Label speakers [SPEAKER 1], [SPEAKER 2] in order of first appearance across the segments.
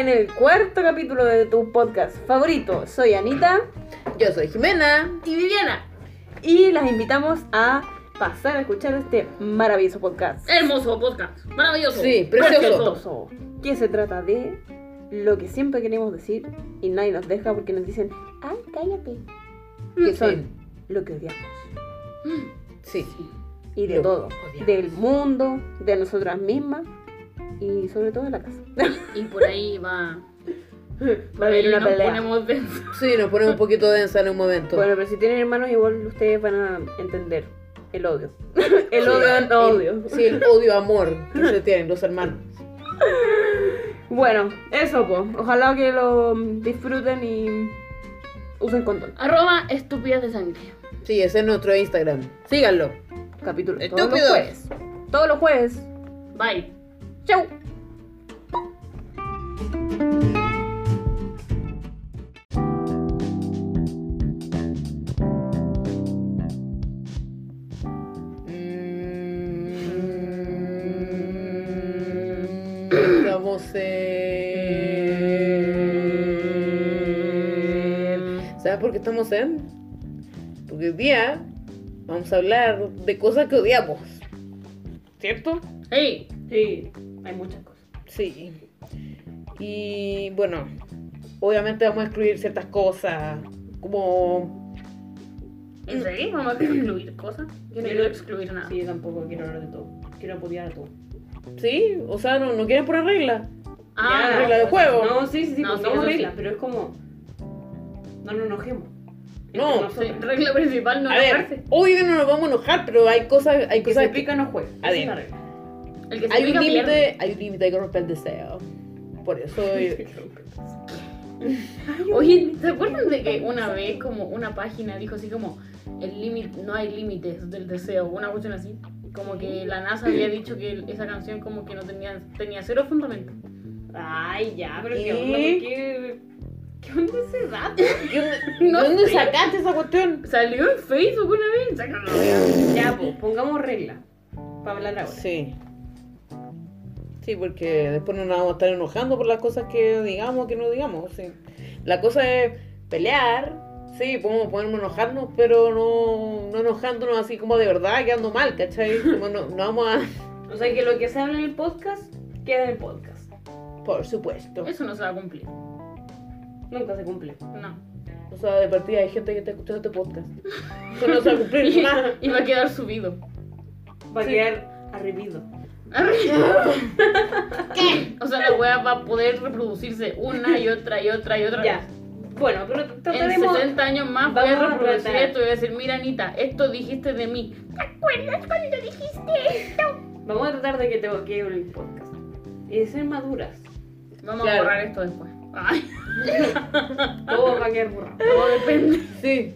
[SPEAKER 1] en el cuarto capítulo de tu podcast favorito. Soy Anita
[SPEAKER 2] Yo soy Jimena.
[SPEAKER 3] Y Viviana,
[SPEAKER 1] y las invitamos a pasar a escuchar este maravilloso podcast.
[SPEAKER 3] hermoso podcast, maravilloso.
[SPEAKER 2] Sí, precioso.
[SPEAKER 1] Maravilloso. Que se trata de lo que siempre queremos decir y nadie nos deja porque nos dicen, ay, cállate.
[SPEAKER 2] Mm,
[SPEAKER 1] Que son lo que odiamos.
[SPEAKER 2] Sí.
[SPEAKER 1] Y de
[SPEAKER 2] Lo
[SPEAKER 1] todo.
[SPEAKER 2] odiamos.
[SPEAKER 1] Del mundo, de nosotras mismas y sobre todo de la casa.
[SPEAKER 3] Y por ahí va.
[SPEAKER 1] Va a haber
[SPEAKER 3] ahí
[SPEAKER 1] una
[SPEAKER 3] nos
[SPEAKER 1] pelea.
[SPEAKER 3] ponemos densos.
[SPEAKER 2] Sí, nos ponemos un poquito densa en un momento.
[SPEAKER 1] Bueno, pero si tienen hermanos igual ustedes van a entender el odio. el
[SPEAKER 2] Sí,
[SPEAKER 1] odio
[SPEAKER 2] el-
[SPEAKER 1] no odio.
[SPEAKER 2] Sí, el odio amor que se tienen los hermanos.
[SPEAKER 1] Bueno, eso pues. Ojalá que lo mm, disfruten y usen condón.
[SPEAKER 3] Arroba estúpidas de sangre.
[SPEAKER 2] Sí, ese es nuestro Instagram. Síganlo.
[SPEAKER 1] Capítulo todos los
[SPEAKER 2] Estúpidos.
[SPEAKER 1] jueves. Todos los jueves.
[SPEAKER 3] Bye.
[SPEAKER 1] Chau.
[SPEAKER 2] Mm, Estamos en... ¿Sabes por qué estamos en? Porque hoy día vamos a hablar de cosas que odiamos. ¿Cierto?
[SPEAKER 3] Hey.
[SPEAKER 1] Sí, hay muchas cosas.
[SPEAKER 2] Sí. Y bueno, obviamente vamos a excluir ciertas cosas, como...
[SPEAKER 3] ¿En serio? ¿Vamos a excluir cosas? Yo no quiero excluir nada.
[SPEAKER 1] Sí, yo tampoco quiero hablar de todo. Quiero apoyar a todo.
[SPEAKER 2] Sí, o sea, no, no quieren poner reglas.
[SPEAKER 3] Ah,
[SPEAKER 2] regla de juego.
[SPEAKER 1] No, sí, sí, sí,
[SPEAKER 3] No, sí,
[SPEAKER 1] pongamos
[SPEAKER 3] eso sí.
[SPEAKER 1] reglas, pero es como. No nos enojemos.
[SPEAKER 2] No,
[SPEAKER 1] Entre
[SPEAKER 3] sí,
[SPEAKER 1] nosotras.
[SPEAKER 3] regla principal no
[SPEAKER 2] a ver,
[SPEAKER 3] enojarse.
[SPEAKER 2] obvio no nos vamos a enojar, pero hay cosas, hay
[SPEAKER 1] El que se
[SPEAKER 2] cosas
[SPEAKER 1] pica no juega.
[SPEAKER 2] A
[SPEAKER 1] Esa es
[SPEAKER 2] ver.
[SPEAKER 1] la regla.
[SPEAKER 3] El que se
[SPEAKER 2] hay
[SPEAKER 3] pica
[SPEAKER 2] un
[SPEAKER 3] pierde.
[SPEAKER 2] límite, hay un límite que rompe el deseo. Por eso
[SPEAKER 3] Oye, ¿se acuerdan de que una vez como una página dijo así como el límite no hay límites del deseo, una cuestión así? Como que la NASA había dicho que esa canción como que no tenía tenía cero fundamento.
[SPEAKER 1] Ay, ya, pero
[SPEAKER 2] ¿Qué?
[SPEAKER 1] ¿qué onda? ¿Qué, qué onda ese dato?
[SPEAKER 2] ¿Qué onda-
[SPEAKER 3] No
[SPEAKER 2] ¿Dónde
[SPEAKER 3] sé.
[SPEAKER 2] sacaste esa cuestión?
[SPEAKER 3] Salió en Facebook una vez, sácalo.
[SPEAKER 1] ya, pues, pongamos regla. Para hablar ahora.
[SPEAKER 2] Sí. Sí, porque después no nos vamos a estar enojando por las cosas que digamos, que no digamos. sí. La cosa es pelear. Sí, podemos ponernos a enojarnos, pero no, no enojándonos así como de verdad, quedando mal, ¿cachai? Como no, no vamos a...
[SPEAKER 1] O sea, que lo que se habla en el podcast, queda en el podcast.
[SPEAKER 2] Por supuesto.
[SPEAKER 3] Eso no se va a cumplir.
[SPEAKER 1] Nunca se cumple.
[SPEAKER 3] No.
[SPEAKER 2] O sea, de partida hay gente que está escuchando este podcast. Eso no se va a cumplir
[SPEAKER 3] Y,
[SPEAKER 2] nada.
[SPEAKER 3] y va a quedar subido.
[SPEAKER 1] Va a quedar arribido.
[SPEAKER 3] ¿Qué? O sea, la wea va a poder reproducirse una y otra y otra y otra
[SPEAKER 1] Ya.
[SPEAKER 3] vez.
[SPEAKER 1] Bueno, pero
[SPEAKER 3] En
[SPEAKER 1] trataremos.
[SPEAKER 3] 60 años más voy
[SPEAKER 1] Vamos
[SPEAKER 3] a
[SPEAKER 1] a
[SPEAKER 3] reproducir
[SPEAKER 1] tratar.
[SPEAKER 3] esto y voy a decir, mira Anita, esto dijiste de mí. ¿Te acuerdas cuando dijiste?
[SPEAKER 1] Vamos a tratar de que te bloquee el podcast. Y de ser maduras.
[SPEAKER 3] Vamos a
[SPEAKER 2] Claro.
[SPEAKER 3] borrar esto después. Ay,
[SPEAKER 1] Todo va a quedar borrado.
[SPEAKER 3] todo depende.
[SPEAKER 2] Sí.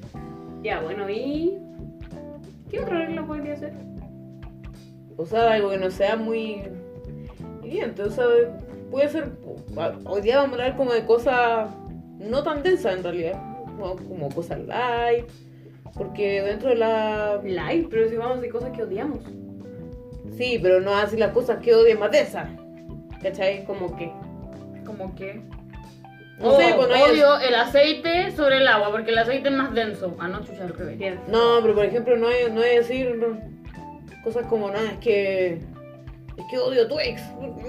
[SPEAKER 1] Ya, bueno, y. ¿Qué otra regla podría ser?
[SPEAKER 2] O sea, algo que no sea muy hiriente. O sea, puede ser. ah, Hoy día vamos a hablar como de cosas no tan densas en realidad. Como, como cosas light. Porque dentro de la.
[SPEAKER 1] Live, pero si vamos de cosas que odiamos.
[SPEAKER 2] Sí, pero no así las cosas que odien más densas. ¿Cachai?
[SPEAKER 1] Como que.
[SPEAKER 3] Como que.
[SPEAKER 2] No
[SPEAKER 3] Oh,
[SPEAKER 2] sé, cuando hay.
[SPEAKER 3] odio el aceite sobre el agua, porque el aceite es más denso. Ah, no, chucha, al revés.
[SPEAKER 1] Bien.
[SPEAKER 2] No, pero por ejemplo, no hay, no hay decir cosas como nada, es que. Es que odio a tu ex.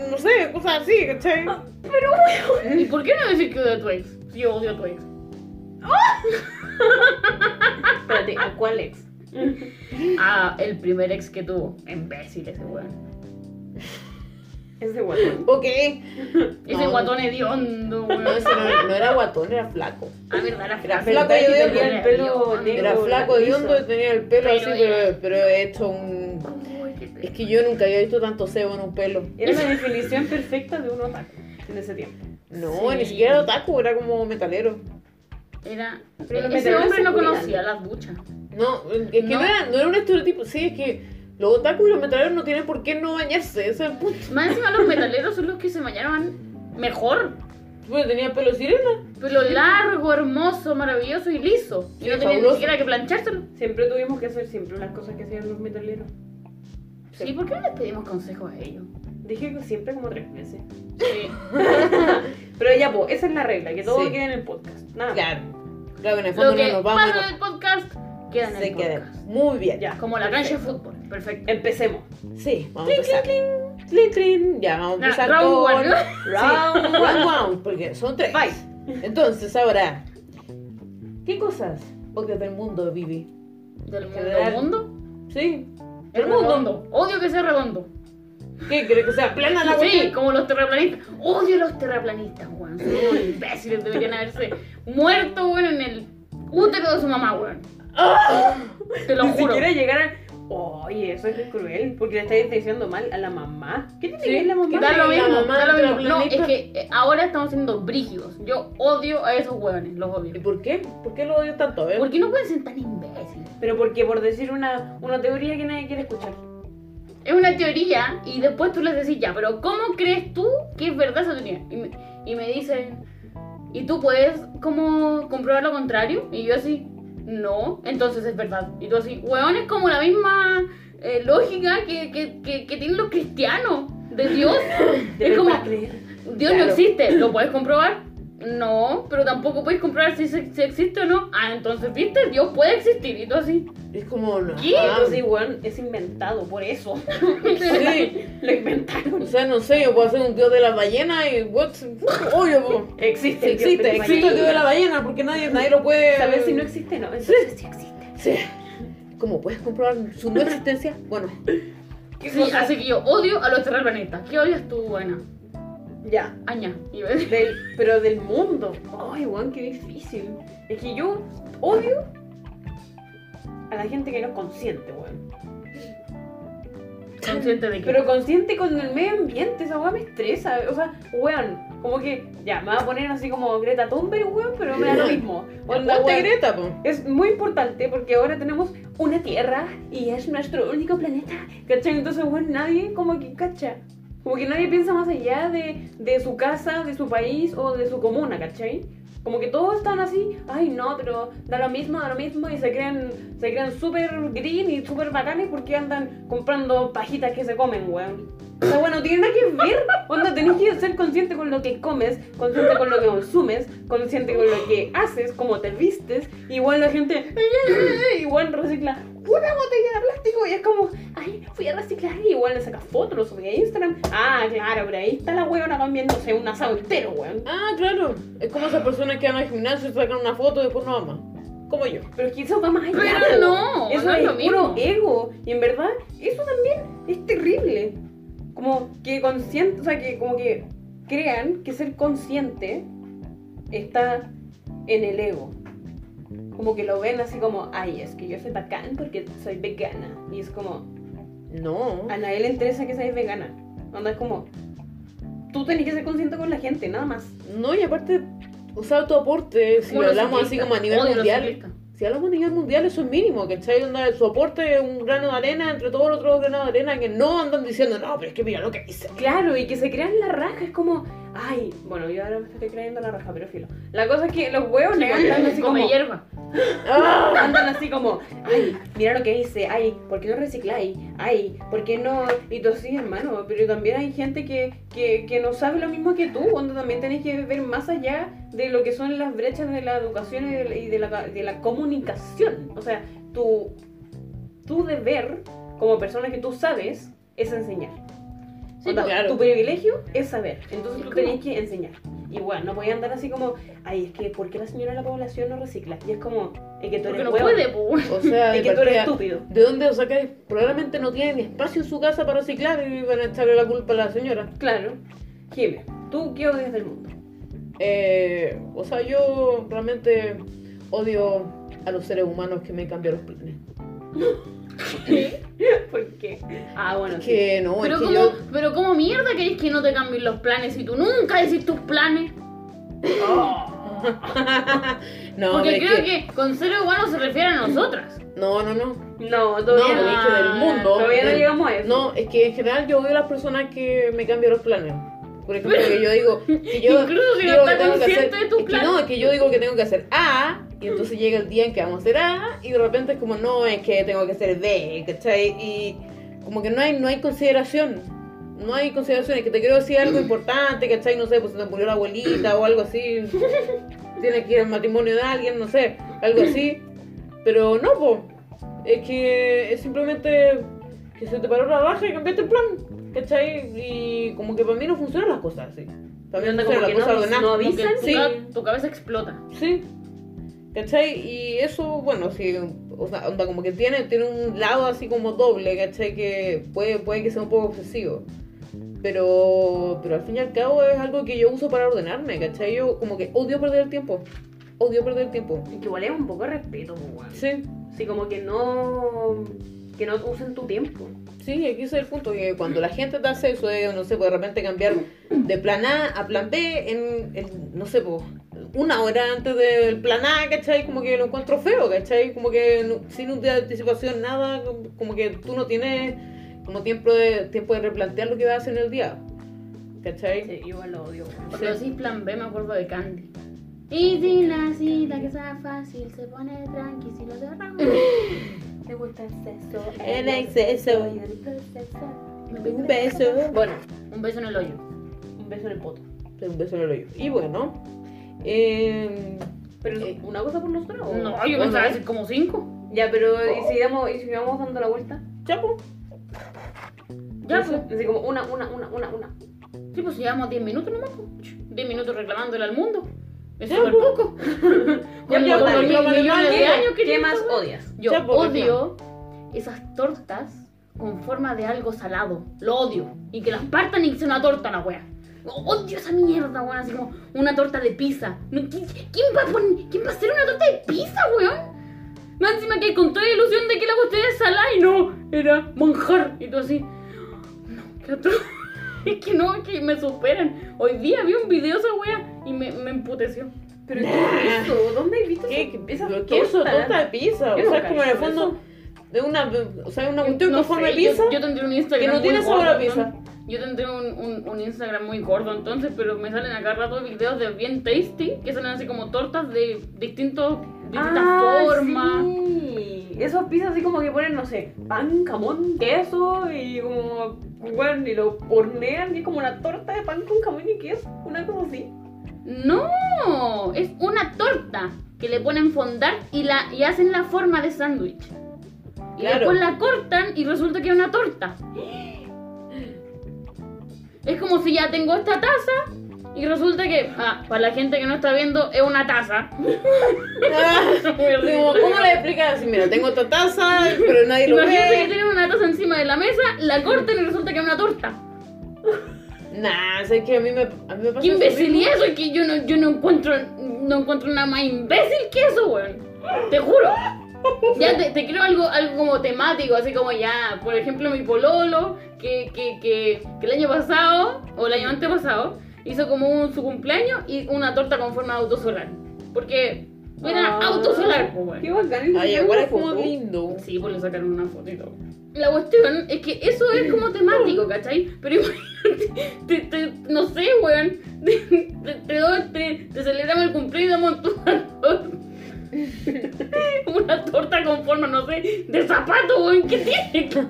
[SPEAKER 2] No sé, cosas así, ¿cachai?
[SPEAKER 3] ¿Y por qué no decir que odio a tu ex? Si yo odio a tu ex.
[SPEAKER 1] Espérate, ¿a cuál ex?
[SPEAKER 3] Ah, el primer ex que tuvo. Imbécil ese weón.
[SPEAKER 1] Es de Guatón.
[SPEAKER 2] Ok.
[SPEAKER 3] Ese
[SPEAKER 2] No.
[SPEAKER 3] guatón hediondo, weón.
[SPEAKER 2] No, ese no, no era guatón, era flaco.
[SPEAKER 3] Ah, verdad, era
[SPEAKER 2] Era
[SPEAKER 3] flaco.
[SPEAKER 2] flaco y
[SPEAKER 1] tenía
[SPEAKER 2] hediondo.
[SPEAKER 1] el pelo negro.
[SPEAKER 2] Era flaco de hondo y
[SPEAKER 1] latizo.
[SPEAKER 2] tenía el pelo
[SPEAKER 3] Pero
[SPEAKER 2] así, pero,
[SPEAKER 3] era-
[SPEAKER 2] pero he hecho un.
[SPEAKER 3] Uy, qué
[SPEAKER 2] Es
[SPEAKER 3] pena.
[SPEAKER 2] que yo nunca había visto tanto cebo en un pelo.
[SPEAKER 1] Era la definición perfecta de un otaku en ese tiempo.
[SPEAKER 2] No,
[SPEAKER 3] Sí.
[SPEAKER 2] ni siquiera era otaku, era como metalero.
[SPEAKER 3] Era...
[SPEAKER 1] Pero los
[SPEAKER 3] Ese
[SPEAKER 1] metaleros
[SPEAKER 3] hombre
[SPEAKER 1] se
[SPEAKER 3] no
[SPEAKER 1] cuidan.
[SPEAKER 3] conocía las duchas.
[SPEAKER 2] No, es que no,
[SPEAKER 3] No.
[SPEAKER 2] era, no era un estereotipo. Sí, es que los otaku y los metaleros no tienen por qué no bañarse, ese es el punto.
[SPEAKER 3] Más encima los metaleros son los que se bañaban mejor.
[SPEAKER 2] Bueno, tenía pelo de sirena.
[SPEAKER 3] Pelo largo, hermoso, maravilloso y liso. Y
[SPEAKER 2] Sí,
[SPEAKER 3] no tenían ni
[SPEAKER 2] fabuloso.
[SPEAKER 3] siquiera que planchárselo.
[SPEAKER 1] Siempre tuvimos que hacer siempre las cosas que hacían los metaleros.
[SPEAKER 3] Sí, ¿por qué no les pedimos consejos a ellos?
[SPEAKER 1] Dije que siempre como tres meses.
[SPEAKER 3] Sí.
[SPEAKER 1] Pero ya, pues, esa es la regla, que todo
[SPEAKER 2] Sí.
[SPEAKER 1] quede en el podcast. Nada. más.
[SPEAKER 2] Claro. Claro, en el fondo
[SPEAKER 3] Lo
[SPEAKER 2] no
[SPEAKER 3] que
[SPEAKER 2] nos vamos.
[SPEAKER 3] pasa en el podcast queda en
[SPEAKER 2] Se
[SPEAKER 3] el
[SPEAKER 2] queda.
[SPEAKER 3] podcast.
[SPEAKER 2] Muy bien.
[SPEAKER 1] Ya.
[SPEAKER 3] Como la cancha de
[SPEAKER 1] Perfecto.
[SPEAKER 3] fútbol. Perfecto.
[SPEAKER 1] Empecemos.
[SPEAKER 2] Sí, vamos a empezar. Clin, clin. Ya, vamos a
[SPEAKER 3] Nah,
[SPEAKER 2] empezar
[SPEAKER 3] Ah, round
[SPEAKER 2] con...
[SPEAKER 3] one, ¿no?
[SPEAKER 2] Round one, round, porque son tres. Entonces, ahora, ¿qué cosas podcast del mundo, Vivi?
[SPEAKER 3] Del mundo.
[SPEAKER 2] General.
[SPEAKER 3] mundo?
[SPEAKER 2] Sí,
[SPEAKER 3] El
[SPEAKER 2] el mundo.
[SPEAKER 3] mundo. Odio que sea redondo.
[SPEAKER 2] ¿Qué crees que sea plana la
[SPEAKER 3] Sí,
[SPEAKER 2] cuestión?
[SPEAKER 3] como los terraplanistas. Odio los terraplanistas, weón. Son unos imbéciles. Deberían haberse muerto, weón, en el útero de su mamá, weón.
[SPEAKER 2] Ah.
[SPEAKER 3] Te lo
[SPEAKER 1] Ni
[SPEAKER 3] juro.
[SPEAKER 1] siquiera llegar a... Oye, eso es cruel, porque le estáis diciendo mal a la mamá. ¿Qué tiene que ver la mamá?
[SPEAKER 3] Da lo
[SPEAKER 2] La
[SPEAKER 3] mismo,
[SPEAKER 2] mamá
[SPEAKER 3] da lo
[SPEAKER 2] del
[SPEAKER 3] mismo. No, es
[SPEAKER 2] terraplanista.
[SPEAKER 3] que eh, ahora estamos siendo brígidos. Yo odio a esos hueones, los
[SPEAKER 2] ¿Y
[SPEAKER 3] odio.
[SPEAKER 2] por qué? ¿Por qué lo odio tanto? A ver.
[SPEAKER 3] ¿Por qué no pueden ser tan imbéciles?
[SPEAKER 1] Pero porque por decir una, una teoría que nadie quiere escuchar.
[SPEAKER 3] Es una teoría y después tú les decís, ya, pero ¿cómo crees tú que es verdad esa teoría? Y me, y me dicen, ¿y tú puedes como comprobar lo contrario? Y yo así, no, entonces es verdad. Y tú así, hueón, es como la misma eh, lógica que, que, que- que tienen los cristianos de Dios. es
[SPEAKER 1] Debe
[SPEAKER 3] como,
[SPEAKER 1] para creer.
[SPEAKER 3] Dios no existe, ¿lo puedes comprobar? No, pero tampoco puedes comprobar si, se- si existe o no. Ah, entonces, ¿viste? Dios puede existir y tú así.
[SPEAKER 2] Es como... no,
[SPEAKER 3] ¿Qué?
[SPEAKER 2] ah,
[SPEAKER 1] Entonces, igual es inventado, por eso.
[SPEAKER 2] Sí,
[SPEAKER 1] Lo inventaron.
[SPEAKER 2] o sea, no sé, yo puedo hacer un dios de la ballena y... What? Obvio, po.
[SPEAKER 1] Existe, el dios de
[SPEAKER 2] Existe,
[SPEAKER 1] la
[SPEAKER 2] existe el
[SPEAKER 1] ballena.
[SPEAKER 2] dios de la ballena porque nadie, nadie lo puede...
[SPEAKER 1] Sabes si no existe, no. Entonces sí existe.
[SPEAKER 2] Sí. ¿Cómo puedes comprobar su no existencia? Bueno,
[SPEAKER 1] ¿Qué
[SPEAKER 3] Sí,
[SPEAKER 1] cosa?
[SPEAKER 3] así que yo odio a los terraplanistas. ¿Qué odias tú, buena?
[SPEAKER 1] Ya.
[SPEAKER 3] Aña. iba a decir.
[SPEAKER 1] Del- pero del mundo. Ay, weón, qué difícil. Es que yo odio a la gente que no es consciente, weón.
[SPEAKER 3] Consciente de que.
[SPEAKER 1] Pero consciente con el medio ambiente, esa weón me estresa. O sea, weón, como que ya, me va a poner así como Greta Thunberg, weón, pero me da lo mismo. Onda,
[SPEAKER 2] ponte
[SPEAKER 1] weón,
[SPEAKER 2] Greta, po.
[SPEAKER 1] Es muy importante porque ahora tenemos una Tierra y es nuestro único planeta. ¿Cachai? Entonces, bueno, nadie como que cacha. Como que nadie piensa más allá de, de su casa, de su país o de su comuna, ¿cachai? Como que todos están así, ay no, pero da lo mismo, da lo mismo y se crean se crean súper green y súper bacanes porque andan comprando pajitas que se comen, weón. O sea, bueno, tiene nada que ver. Onda, tenés que ser consciente con lo que comes, consciente con lo que consumes, consciente con lo que haces, cómo te vistes. Igual la gente, igual recicla una botella de plástico y es como, ay, fui a reciclar y igual le sacas fotos, lo subí a Instagram. Ah, claro, pero ahí está la weona comiéndose un asado entero, weón.
[SPEAKER 2] Ah, claro. Es como esas personas que van al gimnasio, sacan una foto y después no ama. Como yo.
[SPEAKER 1] Pero es que eso va más allá.
[SPEAKER 3] Pero
[SPEAKER 1] weón.
[SPEAKER 3] no,
[SPEAKER 1] eso
[SPEAKER 3] no es
[SPEAKER 1] es,
[SPEAKER 3] lo mismo.
[SPEAKER 1] puro ego. Y en verdad, eso también es terrible. Como que consciente, o sea, que como que crean que ser consciente está en el ego. Como que lo ven así como, ay, es que yo soy bacán porque soy vegana. Y es como,
[SPEAKER 2] No.
[SPEAKER 1] a nadie le interesa que seas vegana. Onda es como, tú tenés que ser consciente con la gente, nada más.
[SPEAKER 2] No, y aparte, usar tu aporte, si
[SPEAKER 3] Como los
[SPEAKER 2] hablamos así
[SPEAKER 3] ciclistas.
[SPEAKER 2] como a nivel
[SPEAKER 3] Odio los
[SPEAKER 2] mundial.
[SPEAKER 3] ciclistas.
[SPEAKER 2] Si hablamos a nivel mundial, eso es mínimo, ¿cachai? Onda, su aporte es un grano de arena entre todos los otros granos de arena que no andan diciendo, no, pero es que mira lo que hice.
[SPEAKER 1] Claro, y que se crean la raja, es como, ay, bueno, yo ahora me estoy creyendo la raja, pero filo. La cosa es que los huevos le andan así
[SPEAKER 3] Come
[SPEAKER 1] como,
[SPEAKER 3] hierba.
[SPEAKER 2] ¡Ah!
[SPEAKER 1] andan así como, ay, mira lo que hice, ay, ¿por qué no recicláis? Ay, ¿por qué no? Y tú sí, hermano, pero también hay gente que, que, que no sabe lo mismo que tú, cuando también tenés que ver más allá de lo que son las brechas de la educación y de la, y de la- de la comunicación. O sea, tu, tu deber como persona que tú sabes es enseñar.
[SPEAKER 3] Sí,
[SPEAKER 1] Onda,
[SPEAKER 2] claro.
[SPEAKER 1] Tu privilegio es saber, entonces
[SPEAKER 3] Es
[SPEAKER 1] tú
[SPEAKER 3] como-
[SPEAKER 1] tenés que enseñar. Y bueno, no voy a andar así como, ay, es que ¿por qué la señora de la población no recicla? Y es como, es que tú
[SPEAKER 3] Porque
[SPEAKER 1] eres
[SPEAKER 3] no
[SPEAKER 1] huevo.
[SPEAKER 3] puede, pues.
[SPEAKER 2] O sea, de
[SPEAKER 1] Es que tú eres
[SPEAKER 2] partida,
[SPEAKER 1] estúpido.
[SPEAKER 2] ¿de dónde lo sacáis? Probablemente no tienen espacio en su casa para reciclar y van a echarle la culpa a la señora.
[SPEAKER 1] Claro. Jimé, ¿tú qué odias del mundo?
[SPEAKER 2] Eh, o sea, yo realmente odio a los seres humanos que me cambian los planes.
[SPEAKER 1] ¿Por qué? Ah, bueno, sí.
[SPEAKER 2] Que no,
[SPEAKER 3] Pero
[SPEAKER 2] es que
[SPEAKER 3] como,
[SPEAKER 2] yo.
[SPEAKER 3] pero como mierda querés que no te cambien los planes si tú nunca decís tus planes.
[SPEAKER 1] Oh.
[SPEAKER 2] no,
[SPEAKER 3] Porque
[SPEAKER 2] hombre, es
[SPEAKER 3] creo que... con seres humanos se refiere a nosotras.
[SPEAKER 2] No, no, no.
[SPEAKER 1] No,
[SPEAKER 2] No,
[SPEAKER 1] todavía no.
[SPEAKER 2] es que del mundo.
[SPEAKER 1] Todavía no
[SPEAKER 2] del-
[SPEAKER 1] llegamos a eso.
[SPEAKER 2] No, es que en general yo odio a las personas que me cambian los planes. Por ejemplo, que yo digo. Que yo
[SPEAKER 3] Incluso si no
[SPEAKER 2] digo
[SPEAKER 3] está
[SPEAKER 2] que tengo que
[SPEAKER 3] consciente
[SPEAKER 2] hacer-
[SPEAKER 3] de tus
[SPEAKER 2] es que
[SPEAKER 3] planes.
[SPEAKER 2] no, es que yo digo que tengo que hacer A, y entonces llega el día en que vamos a hacer A, y de repente es como, no, es que tengo que hacer B, ¿cachai? Y como que no hay, no hay consideración. no hay consideraciones, que te quiero decir algo importante, ¿cachai? No sé, pues se te murió la abuelita o algo así. Tienes que ir al matrimonio de alguien, no sé, algo así. Pero no, po. Es que es simplemente que se te paró la raja y cambiaste el plan, ¿cachai? Y como que para mí no funcionan las cosas así. Para mí no
[SPEAKER 1] Onda como
[SPEAKER 2] funcionan las
[SPEAKER 1] que no avis-
[SPEAKER 2] cosas ordenadas.
[SPEAKER 1] no
[SPEAKER 3] Como que
[SPEAKER 1] avisan.
[SPEAKER 3] tu,
[SPEAKER 2] Sí.
[SPEAKER 3] ca- tu cabeza explota.
[SPEAKER 2] Sí. ¿Cachai? Y eso, bueno, sí, o sea, onda como que tiene, tiene un lado así como doble, ¿cachai? Que puede, puede que sea un poco obsesivo. Pero, pero al fin y al cabo es algo que yo uso para ordenarme, ¿cachai? Yo como que odio perder el tiempo. Odio perder el tiempo.
[SPEAKER 1] Y que igual es un poco de respeto, pues, weón.
[SPEAKER 2] Sí,
[SPEAKER 1] Así como que no. que no usen tu tiempo.
[SPEAKER 2] sí, aquí ese es el punto, que cuando la gente te hace eso de, no sé, pues de repente cambiar de plan A a plan B en, en, no sé, pues, una hora antes del plan A, ¿cachai? Como que lo encuentro feo, ¿cachai? Como que no- sin un día de anticipación, nada, como- como que tú no tienes como tiempo de, tiempo de replantear lo que vas a hacer en el día, ¿cachai?
[SPEAKER 1] Sí, igual lo odio, weón.
[SPEAKER 3] Cuando decís plan B me acuerdo de Candy. Y si la cita que sea fácil se pone tranqui si lo cerramos.
[SPEAKER 4] Me gusta el sexo.
[SPEAKER 2] En exceso.
[SPEAKER 4] y el proceso.
[SPEAKER 2] Un beso.
[SPEAKER 3] Bueno, un beso en el hoyo.
[SPEAKER 1] Un beso en el poto.
[SPEAKER 2] Un beso en el hoyo. Y bueno, eh,
[SPEAKER 1] Pero
[SPEAKER 2] Eh,
[SPEAKER 1] una cosa por nosotros. o-
[SPEAKER 3] No, yo
[SPEAKER 2] bueno,
[SPEAKER 3] pensaba
[SPEAKER 2] eh.
[SPEAKER 3] decir como cinco.
[SPEAKER 1] Ya, pero ¿y si damos, y si vamos dando la vuelta?
[SPEAKER 2] chapo.
[SPEAKER 3] Ya,
[SPEAKER 1] Así-
[SPEAKER 3] pues.
[SPEAKER 1] Así como una, una, una, una, una.
[SPEAKER 3] Sí, pues llevamos 10 minutos nomás. pues. 10 minutos reclamándole al mundo. Es
[SPEAKER 2] Ya,
[SPEAKER 3] súper
[SPEAKER 2] pues.
[SPEAKER 3] poco.
[SPEAKER 1] Ya,
[SPEAKER 3] Con
[SPEAKER 1] pues,
[SPEAKER 3] los
[SPEAKER 1] dale,
[SPEAKER 3] mil
[SPEAKER 2] reclámale
[SPEAKER 3] millones
[SPEAKER 2] más.
[SPEAKER 3] de años que
[SPEAKER 1] ¿Qué
[SPEAKER 3] yo
[SPEAKER 1] más
[SPEAKER 3] estaba-
[SPEAKER 1] odias?
[SPEAKER 3] Yo
[SPEAKER 2] Ya, pues,
[SPEAKER 3] odio esas tortas con forma de algo salado. Lo odio. Y que las partan y que sea una torta la wea. Odio esa mierda, weón. Así como una torta de pizza. No, ¿qui- ¿Quién va a, poner- quién va a hacer una torta de pizza, weón? Más encima que con toda la ilusión de que la cuestión es salada y no, era manjar. Y tú así, no, qué atroz. Es que no, es que me superan. Hoy día vi un video de esa wea y me, me emputeció.
[SPEAKER 1] ¿Pero qué es eso? ¿Dónde has visto
[SPEAKER 2] ¿Qué,
[SPEAKER 1] eso?
[SPEAKER 2] qué,
[SPEAKER 1] Esas
[SPEAKER 2] pero qué es eso?
[SPEAKER 1] tortas?
[SPEAKER 2] Torta de pizza. O
[SPEAKER 1] Yo
[SPEAKER 2] sea,
[SPEAKER 1] nunca
[SPEAKER 2] es como en
[SPEAKER 1] he
[SPEAKER 2] el
[SPEAKER 1] hecho
[SPEAKER 2] fondo de una, o sea, una cuestión
[SPEAKER 3] no
[SPEAKER 2] con forma de
[SPEAKER 3] sé, yo-
[SPEAKER 2] pizza.
[SPEAKER 3] Yo, tendré un Instagram
[SPEAKER 2] que no
[SPEAKER 3] muy
[SPEAKER 2] tiene sabor
[SPEAKER 3] gordo,
[SPEAKER 2] a pizza.
[SPEAKER 3] ¿no? Yo tendré un, un, un Instagram muy gordo entonces, pero me salen acá rato videos de bien tasty, que salen así como tortas de distintos, distintas
[SPEAKER 1] Ah,
[SPEAKER 3] formas.
[SPEAKER 1] Sí. Esos pizzas así como que ponen, no sé, pan, jamón, queso y como, bueno, y lo hornean y es como una torta de pan con jamón y queso, una cosa así.
[SPEAKER 3] No, es una torta que le ponen fondant y, la, y hacen la forma de sándwich. Y
[SPEAKER 2] Claro.
[SPEAKER 3] después la cortan y resulta que es una torta. Es como si ya tengo esta taza y resulta que, ah, para la gente que no está viendo, es una taza.
[SPEAKER 2] Ah, Digo, ¿Cómo le explicas? Así, mira, tengo esta taza, pero nadie lo
[SPEAKER 3] Imagínate que
[SPEAKER 2] ve.
[SPEAKER 3] tienen una taza encima de la mesa, la cortan y resulta que es una torta.
[SPEAKER 2] Nah, sé que a mí me, a mí me pasa
[SPEAKER 3] ¡Qué
[SPEAKER 2] eso
[SPEAKER 3] imbécil
[SPEAKER 2] mismo.
[SPEAKER 3] es eso! Es que yo no, yo no encuentro no encuentro nada más imbécil que eso, weón. Te juro. Ya te, te creo algo, algo como temático, así como ya, por ejemplo, mi pololo, que, que, que, que el año pasado, o el año antepasado, hizo como un, su cumpleaños y una torta con forma de autosolar. Porque era
[SPEAKER 1] Ah,
[SPEAKER 3] autosolar, pues, weón.
[SPEAKER 1] Qué bacán.
[SPEAKER 2] Ay, igual es como lindo.
[SPEAKER 3] Sí, pues le sacaron una fotito. La cuestión es que eso es como temático, ¿cachai? Pero imagínate, te, te- no sé, weón. Te, te, te doy- te- te celebramos el cumpleaños y damos una torta. Una torta con forma, no sé, de zapato, weón. ¿Qué tiene? que-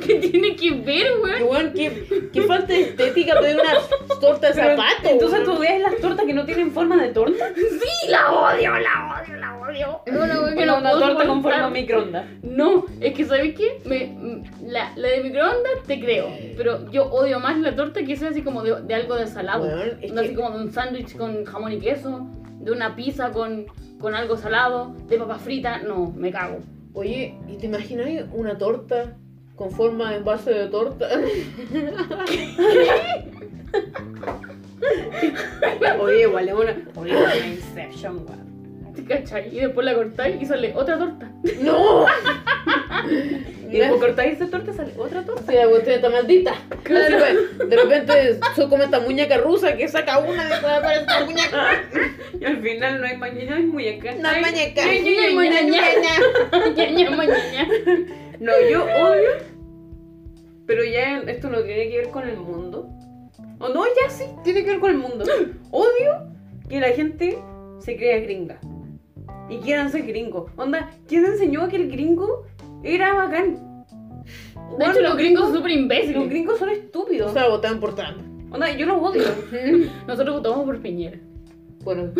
[SPEAKER 3] ¿Qué tiene que ver,
[SPEAKER 2] Qué
[SPEAKER 3] weón?
[SPEAKER 2] bueno, qué, qué falta de estética pedir una torta de zapato.
[SPEAKER 1] Entonces tú
[SPEAKER 2] weón.
[SPEAKER 1] odias las tortas que no tienen forma de torta.
[SPEAKER 3] Sí, la odio, la odio, la odio. Es Una, weón que
[SPEAKER 1] Bueno,
[SPEAKER 3] no
[SPEAKER 1] una
[SPEAKER 3] puedo
[SPEAKER 1] torta con forma
[SPEAKER 3] soportar.
[SPEAKER 1] microondas.
[SPEAKER 3] No, es que ¿sabes qué? Me, mm, la, la de microondas te creo, pero yo odio más la torta que sea así como de, de algo de salado.
[SPEAKER 2] Weón, es
[SPEAKER 3] No, así
[SPEAKER 2] que-
[SPEAKER 3] como de un sándwich con jamón y queso, de una pizza con, con algo salado, de papas fritas, no, me cago.
[SPEAKER 2] Oye, ¿y te imaginas una torta con forma de envase de torta?
[SPEAKER 1] Oye, igual es una. Oye, una Inception, weón.
[SPEAKER 3] ¿Te cachai? Y después la cortáis y sale otra torta.
[SPEAKER 2] ¡No!
[SPEAKER 1] Y después cortáis esa torta sale otra torta.
[SPEAKER 2] Sí, la cuestión está maldita. Así que, de repente son como esta muñeca rusa que saca una y después aparece otra muñeca.
[SPEAKER 1] Y al final no hay mañana, hay muñeca.
[SPEAKER 2] No, muñeca.
[SPEAKER 3] ña, ña, ña, Ña, ña, ña, ña.
[SPEAKER 1] No, yo odio. Pero ya esto no tiene que ver con el mundo. O no, ya sí, tiene que ver con el mundo. Odio que la gente se crea gringa. Y quieran ser gringos. Onda, ¿quién enseñó que el gringo era bacán?
[SPEAKER 3] De hecho, los gringos son súper
[SPEAKER 1] Los
[SPEAKER 3] imbéciles.
[SPEAKER 1] gringos son estúpidos.
[SPEAKER 2] O sea, votaron por Trump.
[SPEAKER 1] Onda, yo los odio.
[SPEAKER 3] Nosotros votamos por Piñera.
[SPEAKER 2] Bueno,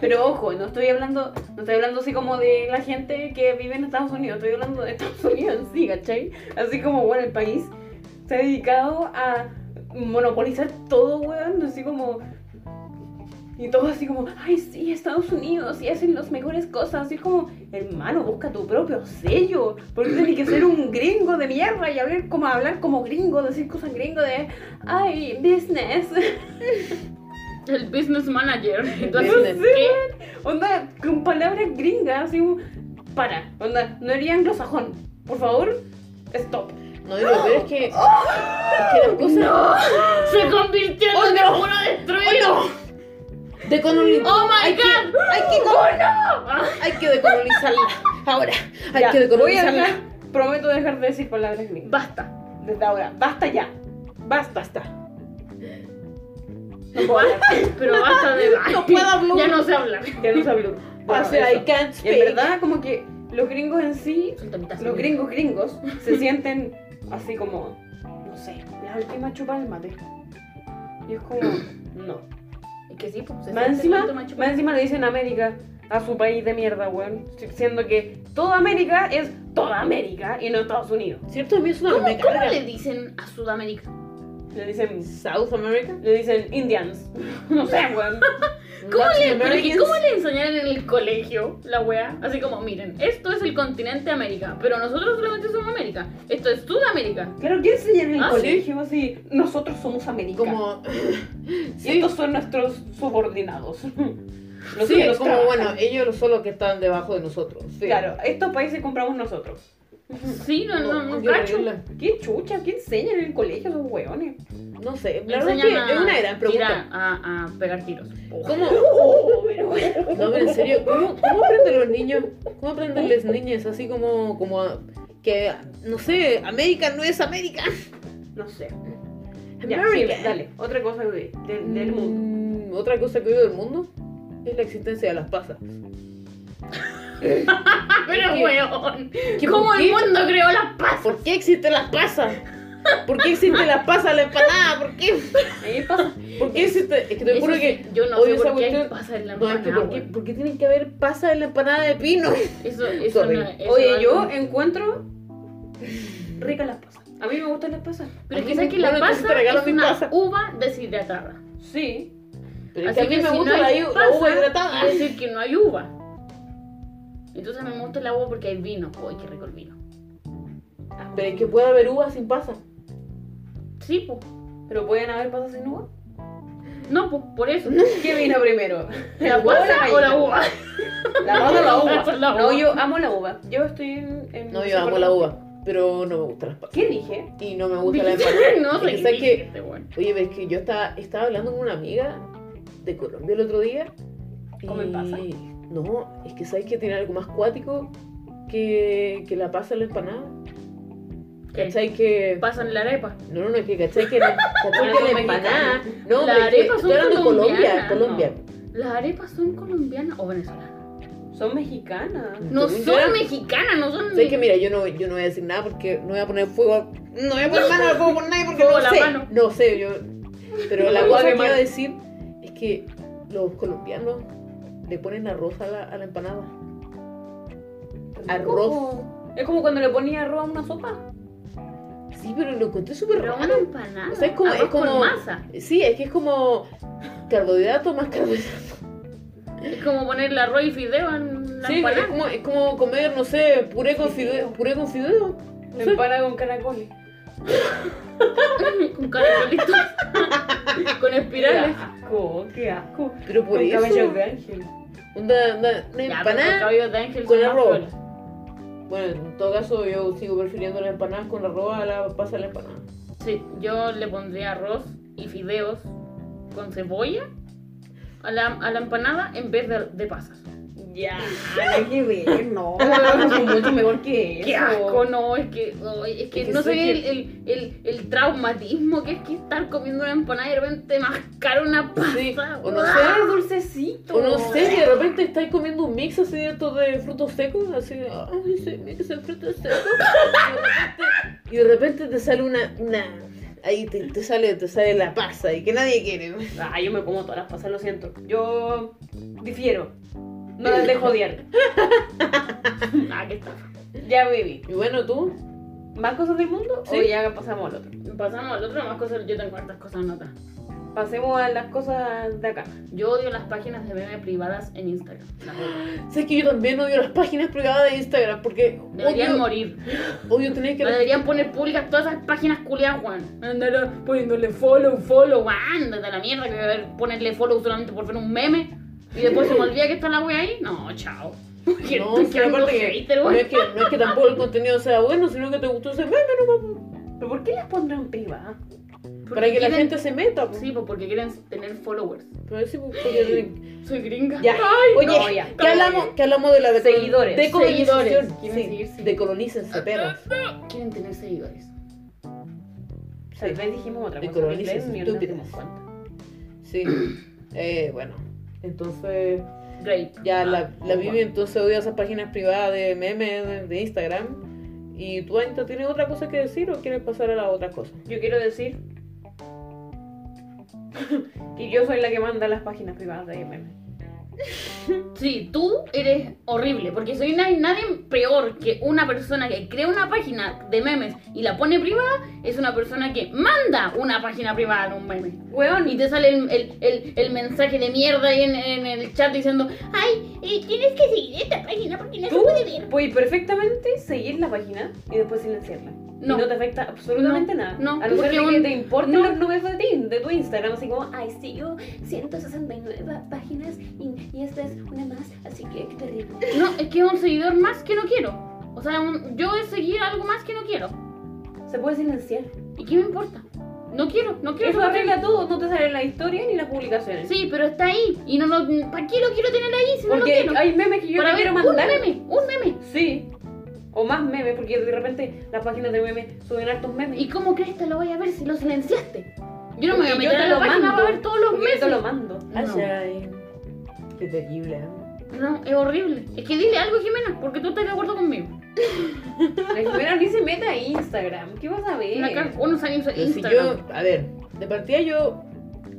[SPEAKER 1] Pero ojo, no estoy hablando, no estoy hablando así como de la gente que vive en Estados Unidos, estoy hablando de Estados Unidos en sí, ¿cachai? Así como, bueno, el país se ha dedicado a monopolizar todo, weón, así como... Y todo así como, ay, sí, Estados Unidos, y hacen las mejores cosas, así como, hermano, busca tu propio sello, porque tienes que ser un gringo de mierda y hablar como, hablar como gringo, decir cosas gringo de, ay, business.
[SPEAKER 3] El business manager.
[SPEAKER 2] business.
[SPEAKER 3] Entonces, ¿qué?
[SPEAKER 1] Onda, con palabras gringas, así un- para. Onda, no haría anglosajón. Por favor, stop.
[SPEAKER 2] no digo, pero es que. Es que las cosas.
[SPEAKER 3] Se convirtió en
[SPEAKER 2] ¡Oh,
[SPEAKER 3] un
[SPEAKER 2] no!
[SPEAKER 3] puro destruido.
[SPEAKER 2] ¡Oh, De colonizar.
[SPEAKER 3] Oh, my god. Ah.
[SPEAKER 2] Hay que, hay que decolonizarla. Ahora, hay
[SPEAKER 1] Ya,
[SPEAKER 2] que
[SPEAKER 1] voy a
[SPEAKER 2] decolonizarla.
[SPEAKER 1] dejar, prometo dejar de decir palabras gringas.
[SPEAKER 3] Basta.
[SPEAKER 1] Desde ahora, basta ya. Basta, basta. No puedo hablar.
[SPEAKER 3] Pero basta de.
[SPEAKER 2] No puedo hablar.
[SPEAKER 3] Ya no sé hablar.
[SPEAKER 1] Ya no sablo.
[SPEAKER 2] O sea, I can't
[SPEAKER 1] y en
[SPEAKER 2] speak.
[SPEAKER 1] verdad, como que los gringos en sí Los gringos gringos se sienten así como, no sé, la última chupa del mate. Y es como, no.
[SPEAKER 3] Es que sí, pues. se
[SPEAKER 1] Más
[SPEAKER 3] siente
[SPEAKER 1] encima,
[SPEAKER 3] tanto macho.
[SPEAKER 1] más encima le dicen América a su país de mierda, weón. si- Siendo que toda América es toda América y no Estados Unidos.
[SPEAKER 2] ¿Cierto? A mí eso no
[SPEAKER 3] ¿Cómo,
[SPEAKER 2] me
[SPEAKER 3] cómo
[SPEAKER 2] carga.
[SPEAKER 3] le dicen a Sudamérica?
[SPEAKER 1] Le dicen,
[SPEAKER 2] South America.
[SPEAKER 1] le dicen Indians. no sé, weón.
[SPEAKER 3] ¿Cómo le,
[SPEAKER 2] Latin
[SPEAKER 3] pero es que
[SPEAKER 2] Americans.
[SPEAKER 3] ¿Cómo le enseñaron en el colegio la wea? Así como, miren, esto es el continente América, pero nosotros solamente somos América. Esto es Sudamérica.
[SPEAKER 1] Claro, ¿qué enseñan en el
[SPEAKER 3] Ah, ¿sí?
[SPEAKER 1] colegio? Así, nosotros somos América.
[SPEAKER 2] Como.
[SPEAKER 1] Y estos son nuestros subordinados. Los
[SPEAKER 2] Sí,
[SPEAKER 1] que nos
[SPEAKER 2] como
[SPEAKER 1] trabajan.
[SPEAKER 2] bueno, ellos son los que están debajo de nosotros. sí.
[SPEAKER 1] Claro, estos países compramos nosotros.
[SPEAKER 3] Sí, no, no, no,
[SPEAKER 2] qué
[SPEAKER 3] cacho.
[SPEAKER 2] horrible.
[SPEAKER 1] ¿Qué chucha? ¿Qué enseñan en el colegio esos hueones?
[SPEAKER 2] No sé,
[SPEAKER 3] Me
[SPEAKER 2] la verdad es
[SPEAKER 3] enseñan
[SPEAKER 2] que es una gran
[SPEAKER 3] ir
[SPEAKER 2] pregunta.
[SPEAKER 3] a, a- a pegar tiros.
[SPEAKER 2] ¿Cómo?
[SPEAKER 1] Oh, pero bueno.
[SPEAKER 2] No, pero en serio, ¿cómo, cómo aprenden los niños? ¿Cómo aprenden las niñas? Así como, como a- que, no sé, América no es América.
[SPEAKER 1] No sé. Ya,
[SPEAKER 2] América.
[SPEAKER 1] sigue, dale, otra cosa de- de- del mundo.
[SPEAKER 2] Mm, Otra cosa que veo del mundo es la existencia de las pasas.
[SPEAKER 3] Ah, pero
[SPEAKER 2] ¿Qué?
[SPEAKER 3] weón,
[SPEAKER 2] ¿Qué-
[SPEAKER 3] ¿cómo
[SPEAKER 2] por
[SPEAKER 3] el
[SPEAKER 2] qué?
[SPEAKER 3] mundo creó las pasas?
[SPEAKER 2] ¿Por qué existen las pasas? ¿Por qué existen las pasas, la empanada? ¿Por qué?
[SPEAKER 1] Ahí pasa.
[SPEAKER 2] ¿Por qué existe? Es que te
[SPEAKER 3] Eso
[SPEAKER 2] juro
[SPEAKER 3] sí,
[SPEAKER 2] que
[SPEAKER 3] yo no sé
[SPEAKER 2] odio esa
[SPEAKER 3] por qué hay
[SPEAKER 2] cuestión.
[SPEAKER 3] pasas en la
[SPEAKER 2] No, es que
[SPEAKER 3] empanada,
[SPEAKER 2] ¿por qué,
[SPEAKER 3] weón.
[SPEAKER 2] por qué tienen que haber pasas en la empanada de pino?
[SPEAKER 3] Eso, eso
[SPEAKER 2] Sorry.
[SPEAKER 3] no eso
[SPEAKER 1] Oye,
[SPEAKER 3] no-
[SPEAKER 1] yo encuentro ricas las pasas. A mí me gustan las pasas.
[SPEAKER 3] Pero
[SPEAKER 2] a
[SPEAKER 3] es
[SPEAKER 2] mí
[SPEAKER 3] que sabes
[SPEAKER 2] me-
[SPEAKER 3] que la
[SPEAKER 2] bueno, entonces te
[SPEAKER 3] pasa
[SPEAKER 2] regalo
[SPEAKER 3] es
[SPEAKER 2] mi
[SPEAKER 3] una
[SPEAKER 2] pasa.
[SPEAKER 3] uva deshidratada.
[SPEAKER 1] Sí.
[SPEAKER 2] Pero es
[SPEAKER 3] Así
[SPEAKER 2] que a mí
[SPEAKER 3] que
[SPEAKER 2] me
[SPEAKER 3] si
[SPEAKER 2] gusta
[SPEAKER 3] no
[SPEAKER 2] la,
[SPEAKER 3] hay
[SPEAKER 2] u- la
[SPEAKER 3] pasa,
[SPEAKER 2] uva hidratada.
[SPEAKER 3] Quiere decir que no hay uva. Entonces me gusta el agua porque hay vino. Uy, qué rico el vino.
[SPEAKER 2] Pero es que puede haber uva sin pasa.
[SPEAKER 3] Sí, po.
[SPEAKER 1] Pero pueden haber pasas sin uva.
[SPEAKER 3] No, po, por eso.
[SPEAKER 1] ¿Qué vino primero?
[SPEAKER 3] ¿La
[SPEAKER 1] uva o la
[SPEAKER 3] pasa o la
[SPEAKER 1] gallina?
[SPEAKER 3] uva?
[SPEAKER 1] La pasa o la uva.
[SPEAKER 3] La uva.
[SPEAKER 1] No, yo amo la uva. Yo estoy en. en-
[SPEAKER 2] No, yo amo la uva, pero no me gustan las pasas.
[SPEAKER 1] ¿Qué dije?
[SPEAKER 2] Y no me gusta la empanada.
[SPEAKER 3] no sé
[SPEAKER 2] Es que
[SPEAKER 3] qué
[SPEAKER 2] sabes que-
[SPEAKER 3] dijiste, weón.
[SPEAKER 2] Oye, ves que yo estaba, estaba hablando con una amiga de Colombia el otro día.
[SPEAKER 1] ¿Comen pasa?
[SPEAKER 2] No, es que sabes que tiene algo más cuático que, que la pasa en la empanada.
[SPEAKER 3] ¿Qué?
[SPEAKER 2] ¿Cachai que.?
[SPEAKER 3] Pasan la arepa.
[SPEAKER 2] No, no, no, es que cachai que la, cachai que la empanada.
[SPEAKER 3] Las
[SPEAKER 2] No, pero es que
[SPEAKER 3] arepas
[SPEAKER 2] estoy
[SPEAKER 3] son
[SPEAKER 2] hablando de Colombia,
[SPEAKER 3] colombianas,
[SPEAKER 2] Colombia.
[SPEAKER 3] ¿Las arepas son colombianas o venezolanas?
[SPEAKER 1] Son mexicanas.
[SPEAKER 3] No
[SPEAKER 2] Según
[SPEAKER 3] son
[SPEAKER 2] yo era-
[SPEAKER 3] mexicanas, no son...
[SPEAKER 2] Sabes que mira, yo no, yo no voy a decir nada porque no voy a poner fuego. a- No voy a poner mano al fuego por nadie porque
[SPEAKER 3] Fuego
[SPEAKER 2] no
[SPEAKER 3] a la
[SPEAKER 2] sé.
[SPEAKER 3] mano.
[SPEAKER 2] No sé, yo. Pero
[SPEAKER 1] No
[SPEAKER 2] la
[SPEAKER 1] me voy a
[SPEAKER 2] cosa que iba
[SPEAKER 1] quemar.
[SPEAKER 2] a decir es que los colombianos le ponen arroz a la, a la empanada. Arroz.
[SPEAKER 1] Es como cuando le ponía arroz a una sopa.
[SPEAKER 2] Sí, pero lo encontré súper
[SPEAKER 3] Pero una
[SPEAKER 2] raro.
[SPEAKER 3] empanada.
[SPEAKER 2] O sea, es como-
[SPEAKER 3] arroz
[SPEAKER 2] es como-
[SPEAKER 3] con masa.
[SPEAKER 2] Sí, es que es como carbohidrato más carbohidrato.
[SPEAKER 3] Es como ponerle arroz y fideo en la
[SPEAKER 2] Sí, es
[SPEAKER 3] empanada.
[SPEAKER 2] como, es como comer, no sé, puré con fideo. Puré con fideo.
[SPEAKER 1] Empana con caracoles.
[SPEAKER 3] con caracolitos. con espirales.
[SPEAKER 1] asco, qué asco.
[SPEAKER 2] Pero por
[SPEAKER 1] con cabello
[SPEAKER 2] eso.
[SPEAKER 1] de ángel.
[SPEAKER 2] Onda, onda, una
[SPEAKER 3] Ya, pero los
[SPEAKER 2] empanada.
[SPEAKER 3] cabellos de ángel
[SPEAKER 2] con
[SPEAKER 3] son más
[SPEAKER 2] arroz.
[SPEAKER 3] piolas.
[SPEAKER 2] Bueno, en todo caso yo sigo prefiriendo la empanada con arroz a la pasa de la empanada.
[SPEAKER 3] Sí, yo le pondría arroz y fideos con cebolla a la, a la empanada en vez de, de pasas. Ya.
[SPEAKER 2] Ay, qué ver, no.
[SPEAKER 5] Es mucho mejor que eso.
[SPEAKER 3] Qué asco, no, es que, oh, es que
[SPEAKER 2] Es que
[SPEAKER 3] no
[SPEAKER 2] sé
[SPEAKER 3] sé el,
[SPEAKER 2] que-
[SPEAKER 3] el, el, el traumatismo que es que estar comiendo una empanada y de repente mascar una pasta.
[SPEAKER 2] Sí, o no
[SPEAKER 3] Uah.
[SPEAKER 2] sé,
[SPEAKER 1] ¡Ah, dulcecito!
[SPEAKER 2] O no sé, que de repente estáis comiendo un mix así de estos de frutos secos, así de, ay, ese mix de frutos secos. Y de repente, y de repente te sale una, una, ahí te, te sale, te sale la pasa y que nadie quiere.
[SPEAKER 1] Ah, yo me como todas las pasas, lo siento. Yo difiero. No les dejo odiar.
[SPEAKER 3] Ah, qué estafa.
[SPEAKER 1] Ya, baby.
[SPEAKER 2] Y bueno, tú,
[SPEAKER 1] ¿Más cosas del mundo
[SPEAKER 2] Sí.
[SPEAKER 1] o ya pasamos al otro?
[SPEAKER 3] Pasamos al otro, más cosas, yo tengo hartas cosas notas.
[SPEAKER 1] Pasemos a las cosas de acá.
[SPEAKER 3] Yo odio las páginas de memes privadas en Instagram. Las odio.
[SPEAKER 2] sabes que yo también odio las páginas privadas de Instagram porque
[SPEAKER 3] Deberían
[SPEAKER 2] odio,
[SPEAKER 3] morir.
[SPEAKER 2] odio tener que...
[SPEAKER 3] No deberían poner públicas todas esas páginas culiadas, Juan. Andar poniéndole follow, follow, Juan. Ándate a la mierda que voy a ver ponerle follow solamente por ver un meme. Y después se me olvida que está la wea ahí. No, chao. Que
[SPEAKER 2] No,
[SPEAKER 3] estoy
[SPEAKER 2] sí,
[SPEAKER 3] quedando
[SPEAKER 2] aparte que-
[SPEAKER 3] hater,
[SPEAKER 2] no
[SPEAKER 3] weón.
[SPEAKER 2] es que, no es que tampoco el contenido sea bueno, sino que te gustó ese meme, no
[SPEAKER 1] ¿Pero por qué las pondrán privadas?
[SPEAKER 2] Para que la
[SPEAKER 3] quieren-
[SPEAKER 2] gente se meta, pues.
[SPEAKER 3] Sí, pues porque quieren tener followers.
[SPEAKER 2] Pero sí, porque...
[SPEAKER 3] Soy gringa.
[SPEAKER 2] Ya. Oye,
[SPEAKER 1] no, ya.
[SPEAKER 2] ¿qué, hablamos, ¿qué hablamos de la de
[SPEAKER 1] Seguidores.
[SPEAKER 2] De colonización.
[SPEAKER 3] Seguidores. Quieren seguir, sí.
[SPEAKER 2] de colonícense, perros.
[SPEAKER 3] Quieren tener seguidores.
[SPEAKER 1] Tal vez dijimos otra
[SPEAKER 2] Y
[SPEAKER 1] cosa. en
[SPEAKER 2] colonices
[SPEAKER 1] inglés, ni nos
[SPEAKER 2] estúpidas.
[SPEAKER 1] dimos cuenta.
[SPEAKER 2] Sí. Eh, bueno. Entonces,
[SPEAKER 3] Great. Ah,
[SPEAKER 2] ya la, la Vivi entonces odia esas páginas privadas de memes de, de Instagram. ¿Y tú, Anita, tienes otra cosa que decir o quieres pasar a la otra cosa?
[SPEAKER 1] Yo quiero decir que yo soy la que manda las páginas privadas de IMM.
[SPEAKER 3] Sí, tú eres horrible, porque soy na- nadie peor que una persona que crea una página de memes y la pone privada, es una persona que manda una página privada de un meme.
[SPEAKER 1] Weón,
[SPEAKER 3] Y te sale el, el- el- el mensaje de mierda ahí en, en el chat diciendo, ay, eh, tienes que seguir esta página porque no se
[SPEAKER 1] ¿Tú?
[SPEAKER 3] puede ver.
[SPEAKER 1] puedes perfectamente seguir la página y después silenciarla.
[SPEAKER 3] No.
[SPEAKER 1] Y no te afecta absolutamente
[SPEAKER 3] No,
[SPEAKER 1] nada.
[SPEAKER 3] no,
[SPEAKER 1] a no ser
[SPEAKER 3] porque
[SPEAKER 1] de que
[SPEAKER 3] un-
[SPEAKER 1] te importen
[SPEAKER 3] no.
[SPEAKER 1] los números de, ti, de tu Instagram, así como,
[SPEAKER 4] Ay, sí, yo 169 páginas y, y esta es una más, así que qué terrible.
[SPEAKER 3] No, es que es un seguidor más que no quiero. O sea, un- yo es seguir algo más que no quiero.
[SPEAKER 1] se puede silenciar.
[SPEAKER 3] ¿Y qué me importa? No quiero, no quiero.
[SPEAKER 1] Eso
[SPEAKER 3] esa
[SPEAKER 1] arregla todo, no te sale la historia ni las publicaciones.
[SPEAKER 3] Sí, pero está ahí. Y no lo. ¿Para qué lo quiero tener ahí si no lo
[SPEAKER 1] Porque
[SPEAKER 3] quiero?
[SPEAKER 1] hay memes que yo
[SPEAKER 3] Para
[SPEAKER 1] te
[SPEAKER 3] ver
[SPEAKER 1] quiero mandar.
[SPEAKER 3] un meme, un meme.
[SPEAKER 1] Sí. O más memes, porque de repente las páginas de memes suben hartos memes.
[SPEAKER 3] ¿Y cómo crees que lo voy a ver si lo silenciaste? Yo no me voy a
[SPEAKER 1] Porque
[SPEAKER 3] meter
[SPEAKER 1] yo te
[SPEAKER 3] a la
[SPEAKER 1] lo
[SPEAKER 3] página
[SPEAKER 1] mando,
[SPEAKER 3] para ver todos los
[SPEAKER 1] porque yo te lo
[SPEAKER 3] meses.
[SPEAKER 1] mando.
[SPEAKER 3] No,
[SPEAKER 2] Ah, eh. Qué terrible. ¿eh?
[SPEAKER 3] no, es horrible. Es que dile algo, Jimena, porque tú estás de acuerdo conmigo.
[SPEAKER 1] La Jimena ni se meta a Instagram. ¿Qué vas a ver?
[SPEAKER 3] Una ca- uno sale en su
[SPEAKER 2] Si
[SPEAKER 3] Instagram.
[SPEAKER 2] yo, a ver, de partida yo.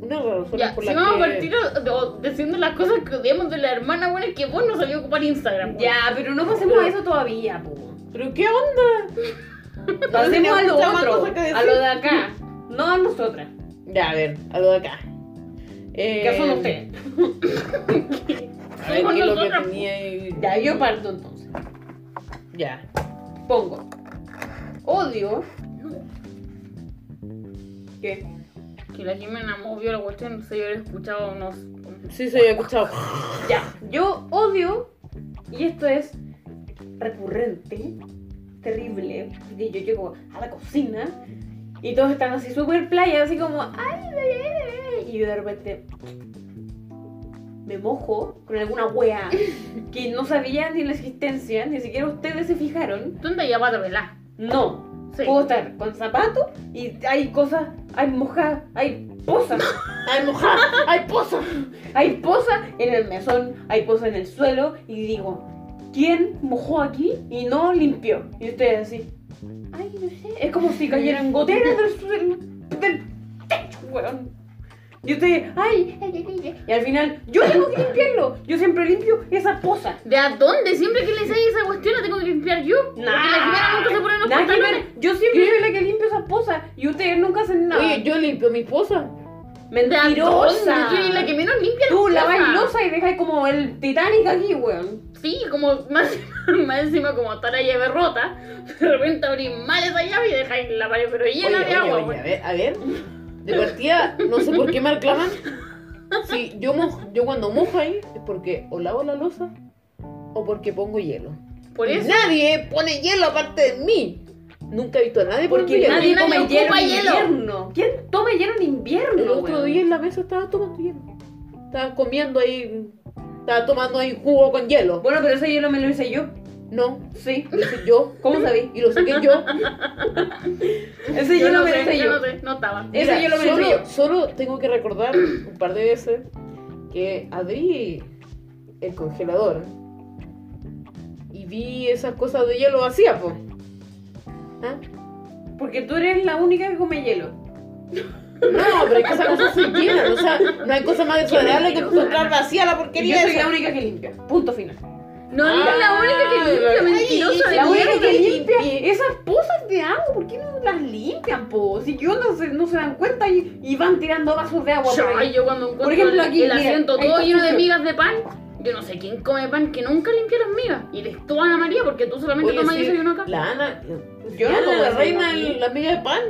[SPEAKER 2] Una de las razones
[SPEAKER 3] Ya,
[SPEAKER 2] por
[SPEAKER 3] si
[SPEAKER 2] las
[SPEAKER 3] vamos a
[SPEAKER 2] que-
[SPEAKER 3] partir o- de- o diciendo las cosas que odiamos de la hermana, bueno, es que vos no sabías ocupar Instagram. pues. bueno.
[SPEAKER 1] Ya, pero no pasemos a eso todavía, po.
[SPEAKER 2] ¿Pero qué onda?
[SPEAKER 1] Pasemos a lo
[SPEAKER 2] Mucha más
[SPEAKER 1] otro,
[SPEAKER 2] cosa que decir.
[SPEAKER 1] a lo de acá. No a nosotras.
[SPEAKER 2] Ya, a ver, a lo de acá. Eh,
[SPEAKER 1] ¿Qué son ustedes?
[SPEAKER 2] A
[SPEAKER 3] Somos
[SPEAKER 2] ver, ¿qué es lo que
[SPEAKER 3] nosotras,
[SPEAKER 2] tenía ahí?
[SPEAKER 1] Ya, yo parto entonces.
[SPEAKER 2] Ya.
[SPEAKER 1] Pongo. Odio. ¿Qué?
[SPEAKER 3] Que la Jimena movió la cuestión, no sé, yo he escuchado unos.
[SPEAKER 2] Sí, se había escuchado.
[SPEAKER 1] Ya, yo odio, y esto es recurrente, terrible, porque yo llego a la cocina y todos están así súper playa, así como, ay, bebé, y yo de repente me mojo con alguna wea que no sabía ni la existencia, ni siquiera ustedes se fijaron.
[SPEAKER 3] ¿Dónde ya vas a velar?
[SPEAKER 1] No,
[SPEAKER 3] Sí.
[SPEAKER 1] puedo estar con zapatos y hay cosas, hay mojadas, hay pozas.
[SPEAKER 2] ¡Ay, mojada! ¡Ay, pozo!
[SPEAKER 1] Hay posa en el mesón, hay posa en el suelo y digo, ¿quién mojó aquí y no limpió? Y ustedes así, ay, no sé, es como si
[SPEAKER 3] Mm,
[SPEAKER 1] cayeran goteras del, su- del, del techo, weón. Y ustedes, ay, ay, ay, ay". y al final, yo tengo que limpiarlo, yo siempre limpio esa posa.
[SPEAKER 3] ¿De a dónde? Siempre que les hay esa cuestión la tengo que limpiar yo. Porque la Jimena nunca se pone en los
[SPEAKER 1] Nada que ver,
[SPEAKER 3] pantalones.
[SPEAKER 1] Yo siempre soy la que limpio esa posa y ustedes nunca hacen nada.
[SPEAKER 2] Oye, yo limpio mi poza.
[SPEAKER 3] ¿De a
[SPEAKER 1] Mentirosa.
[SPEAKER 3] dónde? Yo soy la que menos limpia las
[SPEAKER 1] Tú
[SPEAKER 3] cosas.
[SPEAKER 1] lavas losa y dejas como el Titanic aquí, weón.
[SPEAKER 3] Sí, como más, más encima como está la llave rota, de repente abrís mal esa llave y dejáis la pared pero llena
[SPEAKER 2] Oye,
[SPEAKER 3] de
[SPEAKER 2] oye,
[SPEAKER 3] agua. pues.
[SPEAKER 2] oye,
[SPEAKER 3] güey.
[SPEAKER 2] a ver, a ver. De partida, no sé por qué me reclaman. Sí, yo, mojo- yo cuando mojo ahí es porque o lavo la losa o porque pongo hielo.
[SPEAKER 3] Por eso.
[SPEAKER 2] Nadie pone hielo aparte de mí. Nunca he visto a nadie poniendo
[SPEAKER 1] Porque
[SPEAKER 2] hielo.
[SPEAKER 1] nadie,
[SPEAKER 3] Nadie
[SPEAKER 1] come hielo
[SPEAKER 3] ocupa
[SPEAKER 1] en
[SPEAKER 3] hielo.
[SPEAKER 1] invierno. ¿Quién toma hielo en invierno?
[SPEAKER 2] El otro
[SPEAKER 1] weón?
[SPEAKER 2] día en la mesa estaba tomando hielo. Estaba comiendo ahí Estaba tomando ahí jugo con hielo.
[SPEAKER 1] Bueno, pero ese hielo me lo hice yo.
[SPEAKER 2] No,
[SPEAKER 1] Sí.
[SPEAKER 2] lo hice yo.
[SPEAKER 1] ¿Cómo sabí?
[SPEAKER 2] Y lo saqué yo.
[SPEAKER 1] Ese hielo
[SPEAKER 3] no
[SPEAKER 1] me lo
[SPEAKER 3] sé,
[SPEAKER 1] hice
[SPEAKER 3] yo
[SPEAKER 1] yo.
[SPEAKER 3] no sé, no estaba.
[SPEAKER 1] Ese
[SPEAKER 2] Mira,
[SPEAKER 1] yo lo merezco
[SPEAKER 2] solo,
[SPEAKER 1] yo.
[SPEAKER 2] solo tengo que recordar un par de veces que abrí el congelador y vi esas cosas de hielo vacías, po. ¿Ah?
[SPEAKER 1] Porque tú eres la única que come hielo.
[SPEAKER 2] No, pero es que esas cosas se llenan. O sea, no hay cosa más desagradable que encontrar vacía la
[SPEAKER 1] Y yo
[SPEAKER 2] porquería
[SPEAKER 1] soy
[SPEAKER 2] esa.
[SPEAKER 1] la única que limpia. Punto final.
[SPEAKER 3] No, no era la única que limpia,
[SPEAKER 2] Ay,
[SPEAKER 3] mentirosa.
[SPEAKER 2] y-
[SPEAKER 3] de
[SPEAKER 1] La única
[SPEAKER 3] mierda.
[SPEAKER 1] que
[SPEAKER 2] y-
[SPEAKER 1] limpia
[SPEAKER 2] y-
[SPEAKER 1] esas pozas de agua, ¿por qué no las limpian, po? Si yo no se, no se dan cuenta y, y van tirando vasos de agua por
[SPEAKER 3] Ay,
[SPEAKER 1] ahí.
[SPEAKER 3] yo cuando encuentro
[SPEAKER 1] Por ejemplo,
[SPEAKER 3] el-
[SPEAKER 1] aquí,
[SPEAKER 3] el
[SPEAKER 1] mira,
[SPEAKER 3] asiento
[SPEAKER 1] ahí
[SPEAKER 3] todo
[SPEAKER 1] está
[SPEAKER 3] lleno de
[SPEAKER 1] sucio.
[SPEAKER 3] migas de pan, yo no sé quién come pan que nunca limpia las migas. Y les toman a María porque tú solamente
[SPEAKER 2] Oye,
[SPEAKER 3] tomas
[SPEAKER 2] sí,
[SPEAKER 3] desayuno acá.
[SPEAKER 2] La Ana,
[SPEAKER 1] Pues Yo no
[SPEAKER 2] Ana,
[SPEAKER 1] como
[SPEAKER 2] la
[SPEAKER 1] desayuno
[SPEAKER 2] reina
[SPEAKER 1] aquí.
[SPEAKER 2] de la miga de pan.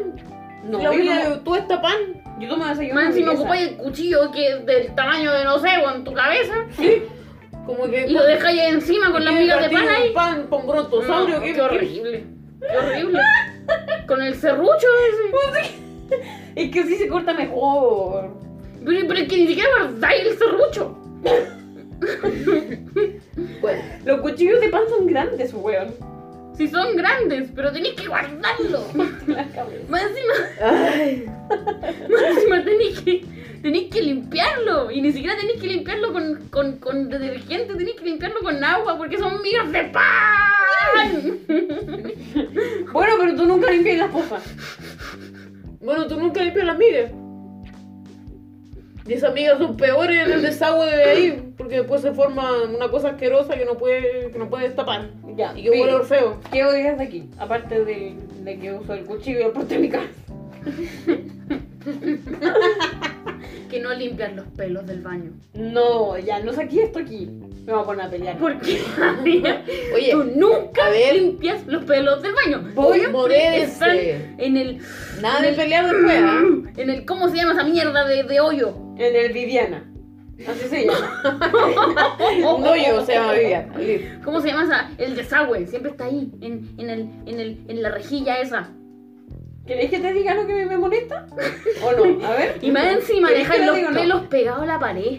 [SPEAKER 1] No,
[SPEAKER 2] la
[SPEAKER 1] yo
[SPEAKER 2] única
[SPEAKER 1] tomo,
[SPEAKER 2] que tú esta este pan.
[SPEAKER 1] yo tomo desayuno.
[SPEAKER 3] Más encima
[SPEAKER 1] hamburguesa.
[SPEAKER 3] ocupas el cuchillo que es del tamaño de, no sé, o en tu cabeza.
[SPEAKER 2] Como que.
[SPEAKER 3] Y lo dejas ahí encima con las
[SPEAKER 2] que
[SPEAKER 3] migas de pan
[SPEAKER 2] partido
[SPEAKER 3] ahí.
[SPEAKER 2] un pan con brontosaurio.
[SPEAKER 3] No,
[SPEAKER 2] ¿qué-
[SPEAKER 3] qué,
[SPEAKER 2] qué-
[SPEAKER 3] horrible. Qué horrible. Con el serrucho ese.
[SPEAKER 1] Es que así se corta mejor.
[SPEAKER 3] Pero, pero es que ni siquiera guardáis el serrucho.
[SPEAKER 2] Bueno,
[SPEAKER 1] Los cuchillos de pan son grandes, weón.
[SPEAKER 3] Si son grandes, pero tenéis que guardarlo. Más encima,
[SPEAKER 2] ay,
[SPEAKER 3] más encima tenéis que, tenéis que limpiarlo. Y ni siquiera tenéis que limpiarlo con, con, con detergente, tenéis que limpiarlo con agua porque son migas de pan.
[SPEAKER 1] Bueno, pero tú nunca limpias las pozas.
[SPEAKER 2] bueno, tú nunca limpias las migas. Y esas migas son peores en el desagüe de ahí, porque después se forma una cosa asquerosa que no puede, que no puede destapar.
[SPEAKER 1] Ya.
[SPEAKER 2] Y que huele
[SPEAKER 1] pero,
[SPEAKER 2] orfeo.
[SPEAKER 1] ¿Qué odias de aquí? Aparte del- de, que uso el cuchillo y lo porté en mi casa.
[SPEAKER 3] Que no limpian los pelos del baño.
[SPEAKER 1] No, ya, no saqué esto aquí. Me voy a poner a pelear.
[SPEAKER 3] Porque
[SPEAKER 2] Oye,
[SPEAKER 3] tú nunca
[SPEAKER 2] a ver.
[SPEAKER 3] limpias los pelos del baño.
[SPEAKER 2] Voy
[SPEAKER 3] Siempre
[SPEAKER 2] morérense.
[SPEAKER 3] están En el,
[SPEAKER 2] nada de pelear después, ¿ah?
[SPEAKER 3] en el, ¿cómo se llama esa mierda de, de hoyo?
[SPEAKER 1] En el Viviana. Así se llama.
[SPEAKER 2] Un hoyo se llama Viviana. listo.
[SPEAKER 3] ¿Cómo se llama esa? El desagüe, siempre está ahí, en, en, el, en, el, en la rejilla esa.
[SPEAKER 1] ¿Queréis que te diga lo que me- me molesta? ¿O no? A ver.
[SPEAKER 3] Y más encima
[SPEAKER 1] ¿Querés que
[SPEAKER 3] dejáis
[SPEAKER 1] lo
[SPEAKER 3] los
[SPEAKER 1] diga o no?
[SPEAKER 3] pelos pegados a la pared.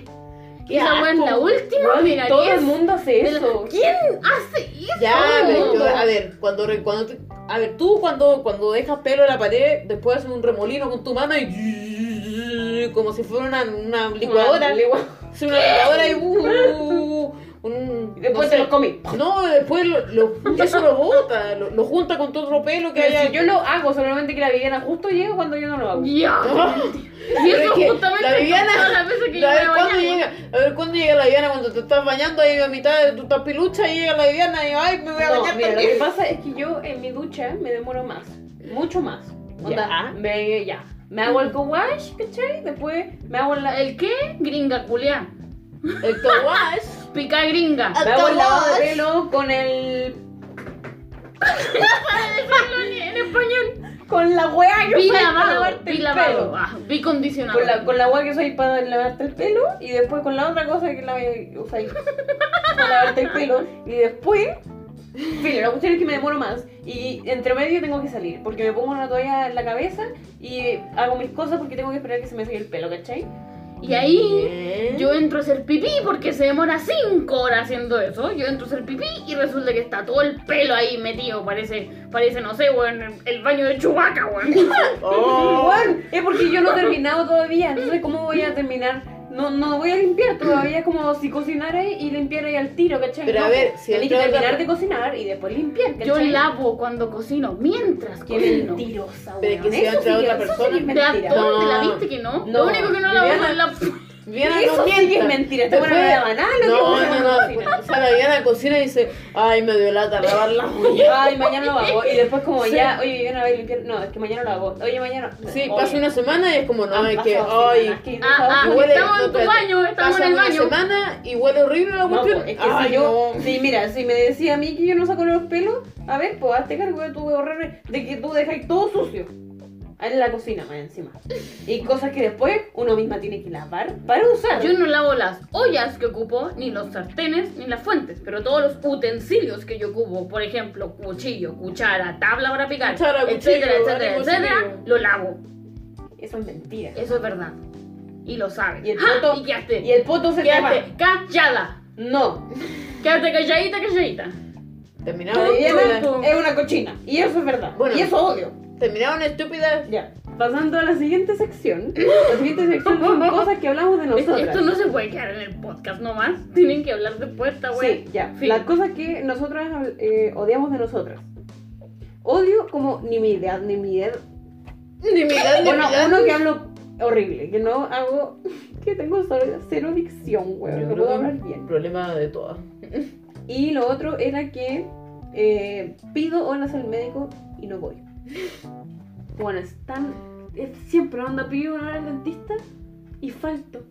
[SPEAKER 2] Qué
[SPEAKER 3] Esa weá es la
[SPEAKER 2] asco.
[SPEAKER 3] última
[SPEAKER 1] Weón,
[SPEAKER 3] mira,
[SPEAKER 1] todo
[SPEAKER 3] ¿quién-
[SPEAKER 1] el mundo hace
[SPEAKER 3] de la-
[SPEAKER 1] eso.
[SPEAKER 3] ¿Quién hace eso? Oh,
[SPEAKER 2] Ya, pero yo, a ver, cuando, re- cuando te- a ver, tú cuando, cuando dejas pelo en la pared, después haces un remolino con tu mano y como si fuera una, una licuadora.
[SPEAKER 1] Licuadora.
[SPEAKER 2] Sí, una licuadora y uh, un,
[SPEAKER 1] Y después
[SPEAKER 2] no
[SPEAKER 1] te
[SPEAKER 2] sé.
[SPEAKER 1] los comí.
[SPEAKER 2] No, después lo, lo- eso lo bota, lo, lo junta con todo otro pelo que
[SPEAKER 1] Pero
[SPEAKER 2] haya.
[SPEAKER 1] si yo lo hago, solamente que la Viviana justo llega cuando yo no lo hago.
[SPEAKER 3] Ya. Y
[SPEAKER 2] Pero
[SPEAKER 3] eso
[SPEAKER 2] es que
[SPEAKER 3] justamente
[SPEAKER 2] la Viviana-
[SPEAKER 3] todas las veces que yo
[SPEAKER 2] a ver
[SPEAKER 3] me
[SPEAKER 2] cuándo
[SPEAKER 3] bañaba.
[SPEAKER 2] llega, a ver cuándo llega la Diana cuando te estás bañando ahí a mitad de tu estás pilucha y llega la Diana y ay me voy a
[SPEAKER 1] No,
[SPEAKER 2] bañar
[SPEAKER 1] mira, lo
[SPEAKER 2] también.
[SPEAKER 1] que pasa es que yo en mi ducha me demoro más, mucho más.
[SPEAKER 2] Ya.
[SPEAKER 1] Onda, me, ya. Me hago el co-wash, ¿cachai? Después me hago la,
[SPEAKER 3] ¿El qué? Gringa culiá.
[SPEAKER 2] El co-wash.
[SPEAKER 3] Pica gringa.
[SPEAKER 2] Ah.
[SPEAKER 1] me hago el lavado de
[SPEAKER 2] co-wash.
[SPEAKER 1] pelo con el...
[SPEAKER 3] En español.
[SPEAKER 1] Con la wea que
[SPEAKER 3] Vi
[SPEAKER 1] soy para
[SPEAKER 3] lavado.
[SPEAKER 1] lavarte
[SPEAKER 3] Vi
[SPEAKER 1] el
[SPEAKER 3] lavado.
[SPEAKER 1] pelo.
[SPEAKER 3] Ah, Vi condicionado.
[SPEAKER 1] Con la, con la wea que soy para lavarte el pelo y después con la otra cosa que la usáis para lavarte el pelo. Y después... Filo, la cuestión es que me demoro más y entre medio tengo que salir porque me pongo una toalla en la cabeza y hago mis cosas porque tengo que esperar que se me seque el pelo, ¿cachai?
[SPEAKER 3] Y ahí
[SPEAKER 2] Bien.
[SPEAKER 3] yo entro a hacer pipí porque se demora 5 horas haciendo eso. Yo entro a hacer pipí y resulta que está todo el pelo ahí metido. Parece, parece no sé, weón, el, el baño de Chubaca, weón.
[SPEAKER 2] Oh.
[SPEAKER 1] Igual, es porque yo no he terminado todavía, entonces ¿cómo voy a terminar? No, no voy a limpiar todavía, es como si cocinara y limpiara y al tiro, ¿cachai?
[SPEAKER 2] Pero a
[SPEAKER 1] No,
[SPEAKER 2] ver, si
[SPEAKER 1] tenéis que
[SPEAKER 2] entraba-
[SPEAKER 1] terminar de cocinar y después limpiar, ¿cachai?
[SPEAKER 3] Yo lavo cuando cocino, mientras
[SPEAKER 1] Qué
[SPEAKER 3] cocino.
[SPEAKER 1] mentirosa,
[SPEAKER 2] Pero
[SPEAKER 1] weón.
[SPEAKER 2] que si
[SPEAKER 1] Eso
[SPEAKER 2] entra
[SPEAKER 1] sí que-
[SPEAKER 2] otra
[SPEAKER 1] eso sí
[SPEAKER 2] persona.
[SPEAKER 1] que es
[SPEAKER 3] ¿Te das
[SPEAKER 1] mentira.
[SPEAKER 2] No,
[SPEAKER 3] dónde? ¿La viste que no?
[SPEAKER 1] No.
[SPEAKER 3] Lo único que no lavo
[SPEAKER 2] Viviana-
[SPEAKER 3] es la...
[SPEAKER 2] Viviana
[SPEAKER 1] Eso
[SPEAKER 2] no
[SPEAKER 1] sí
[SPEAKER 2] mienta.
[SPEAKER 1] que es mentira, esta
[SPEAKER 2] Después-
[SPEAKER 1] buena no lava nada, lo que
[SPEAKER 2] No,
[SPEAKER 1] hace
[SPEAKER 2] no,
[SPEAKER 1] cuando
[SPEAKER 2] no.
[SPEAKER 1] cocina.
[SPEAKER 2] O sea, la Viviana cocina y dice, ay, me dio lata lavar la olla.
[SPEAKER 1] Ay, mañana lo hago. Y después como
[SPEAKER 2] Sí.
[SPEAKER 1] ya, oye, yo no voy a limpiar. No, es que mañana lo hago. Oye, mañana.
[SPEAKER 2] Sí,
[SPEAKER 1] Oye,
[SPEAKER 2] pasa una semana y es como, no,
[SPEAKER 1] han
[SPEAKER 2] es que,
[SPEAKER 1] pasado
[SPEAKER 2] ay,
[SPEAKER 1] semanas que-
[SPEAKER 3] Ah, ah,
[SPEAKER 2] huele-
[SPEAKER 3] estamos en tu
[SPEAKER 2] espérate.
[SPEAKER 3] baño, estamos
[SPEAKER 2] pasa
[SPEAKER 3] en el
[SPEAKER 2] una
[SPEAKER 3] baño.
[SPEAKER 2] semana y huele horrible la
[SPEAKER 1] No,
[SPEAKER 2] cuestión.
[SPEAKER 1] pues, es que
[SPEAKER 2] ay,
[SPEAKER 1] si yo,
[SPEAKER 2] no.
[SPEAKER 1] si mira, si me decía a mí que yo no saco los pelos, a ver, pues hazte cargo de tu horror de que tú dejáis todo sucio. Ahí en la cocina, más encima. Y cosas que después uno misma tiene que lavar para usar.
[SPEAKER 3] Yo no lavo las ollas que ocupo, ni los sartenes, ni las fuentes, pero todos los utensilios que yo ocupo, por ejemplo, cuchillo, cuchara, tabla para picar,
[SPEAKER 2] Cuchara,
[SPEAKER 3] etcétera,
[SPEAKER 2] cuchillo,
[SPEAKER 3] etcétera,
[SPEAKER 2] algo
[SPEAKER 3] etcétera,
[SPEAKER 2] serio.
[SPEAKER 3] lo lavo.
[SPEAKER 1] Eso es mentira.
[SPEAKER 3] Eso es verdad. Y lo sabes.
[SPEAKER 1] Y el
[SPEAKER 3] ¡Ja!
[SPEAKER 1] poto-
[SPEAKER 3] Y quedaste,
[SPEAKER 1] Y el poto se te va.
[SPEAKER 3] quedaste callada.
[SPEAKER 2] No.
[SPEAKER 3] Quédate calladita, calladita.
[SPEAKER 2] Terminaron estúpidas.
[SPEAKER 1] Mariana es una cochina. Y eso es verdad.
[SPEAKER 2] Bueno.
[SPEAKER 1] y eso odio.
[SPEAKER 2] Terminaron estúpidas.
[SPEAKER 1] Ya. Pasando a la siguiente sección. La siguiente sección son cosas que hablamos de
[SPEAKER 3] Esto,
[SPEAKER 1] nosotras.
[SPEAKER 3] esto no se puede quedar en el podcast nomás. Tienen que hablar después esta
[SPEAKER 1] Sí,
[SPEAKER 3] wey.
[SPEAKER 1] ya.
[SPEAKER 3] Fin.
[SPEAKER 1] Las cosas que nosotras eh, odiamos de nosotras. Odio como ni mi idea, ni mi idea.
[SPEAKER 2] Ni mirad, ni
[SPEAKER 1] Bueno,
[SPEAKER 2] mirad.
[SPEAKER 1] uno que hablo horrible, que no hago. que tengo solo cero dicción,
[SPEAKER 2] Yo
[SPEAKER 1] weón. No
[SPEAKER 2] creo
[SPEAKER 1] puedo
[SPEAKER 2] que-
[SPEAKER 1] hablar bien.
[SPEAKER 2] Problema de todas.
[SPEAKER 1] Y lo otro era que eh, pido horas al médico y no voy. Bueno, es tan. es siempre onda, pido una hora al dentista y falto.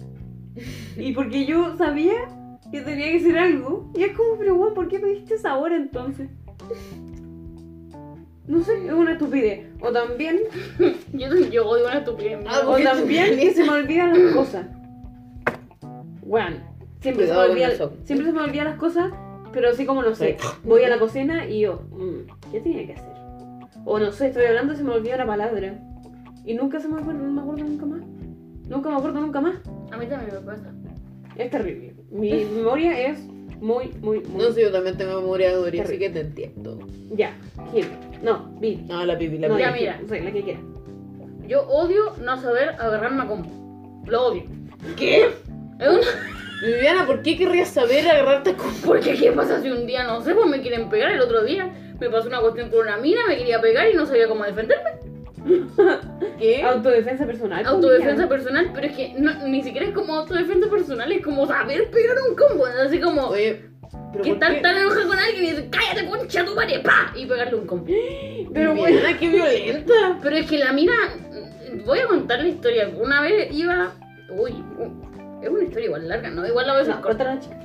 [SPEAKER 1] Y porque yo sabía que tenía que hacer algo. Y es como, pero weón, ¿por qué pediste esa hora entonces? No sé, es una estupidez. O también,
[SPEAKER 3] Yo, yo odio una estupidez.
[SPEAKER 2] Ah,
[SPEAKER 1] o
[SPEAKER 2] qué
[SPEAKER 1] también que
[SPEAKER 2] estupidez.
[SPEAKER 1] se me olvidan las cosas. Bueno, siempre se, me
[SPEAKER 2] Cuidado con
[SPEAKER 1] olvida-
[SPEAKER 2] eso.
[SPEAKER 1] siempre se me olvidan las cosas, pero así como no sé. Voy a la cocina y yo, mm, ¿qué tenía que hacer? O no sé, estoy hablando y se me olvida una palabra. Y nunca se me acuerdo, no me acuerdo nunca más. Nunca me acuerdo nunca más.
[SPEAKER 3] A mí también me pasa.
[SPEAKER 1] Es terrible. Mi memoria es muy, muy, muy.
[SPEAKER 2] No sé, yo también tengo memoria de Doris, así que te entiendo.
[SPEAKER 1] Ya, Gil. No, Bibi.
[SPEAKER 2] No, la pipi, la
[SPEAKER 1] No,
[SPEAKER 2] pipi.
[SPEAKER 3] ya,
[SPEAKER 1] ya,
[SPEAKER 3] mira.
[SPEAKER 1] mira. No sé, la que quiera.
[SPEAKER 3] Yo odio no saber agarrarme a combo. Lo odio.
[SPEAKER 2] ¿Qué?
[SPEAKER 3] Es una-
[SPEAKER 2] Viviana, ¿por qué querrías saber agarrarte con
[SPEAKER 3] Porque qué pasa si un día no sé, pues me quieren pegar. El otro día me pasó una cuestión con una mina, me quería pegar y no sabía cómo defenderme.
[SPEAKER 2] qué?
[SPEAKER 1] Autodefensa personal. pues,
[SPEAKER 3] Autodefensa
[SPEAKER 1] mira.
[SPEAKER 3] personal, pero es que no- ni siquiera es como autodefensa personal, es como saber pegar un combo. Así como
[SPEAKER 2] Oye, pero
[SPEAKER 3] que
[SPEAKER 2] ¿por
[SPEAKER 3] estar
[SPEAKER 2] qué?
[SPEAKER 3] tan enojado con alguien y decir, cállate, concha tu madre, pa, y pegarle un combo.
[SPEAKER 2] Pero Viviana, qué violenta.
[SPEAKER 3] Pero es que la mina, voy a contar la historia. Una vez iba, uy, u- es una historia igual larga, ¿no? Igual la voy a hacer
[SPEAKER 1] No,
[SPEAKER 3] corta.
[SPEAKER 1] corta la chica.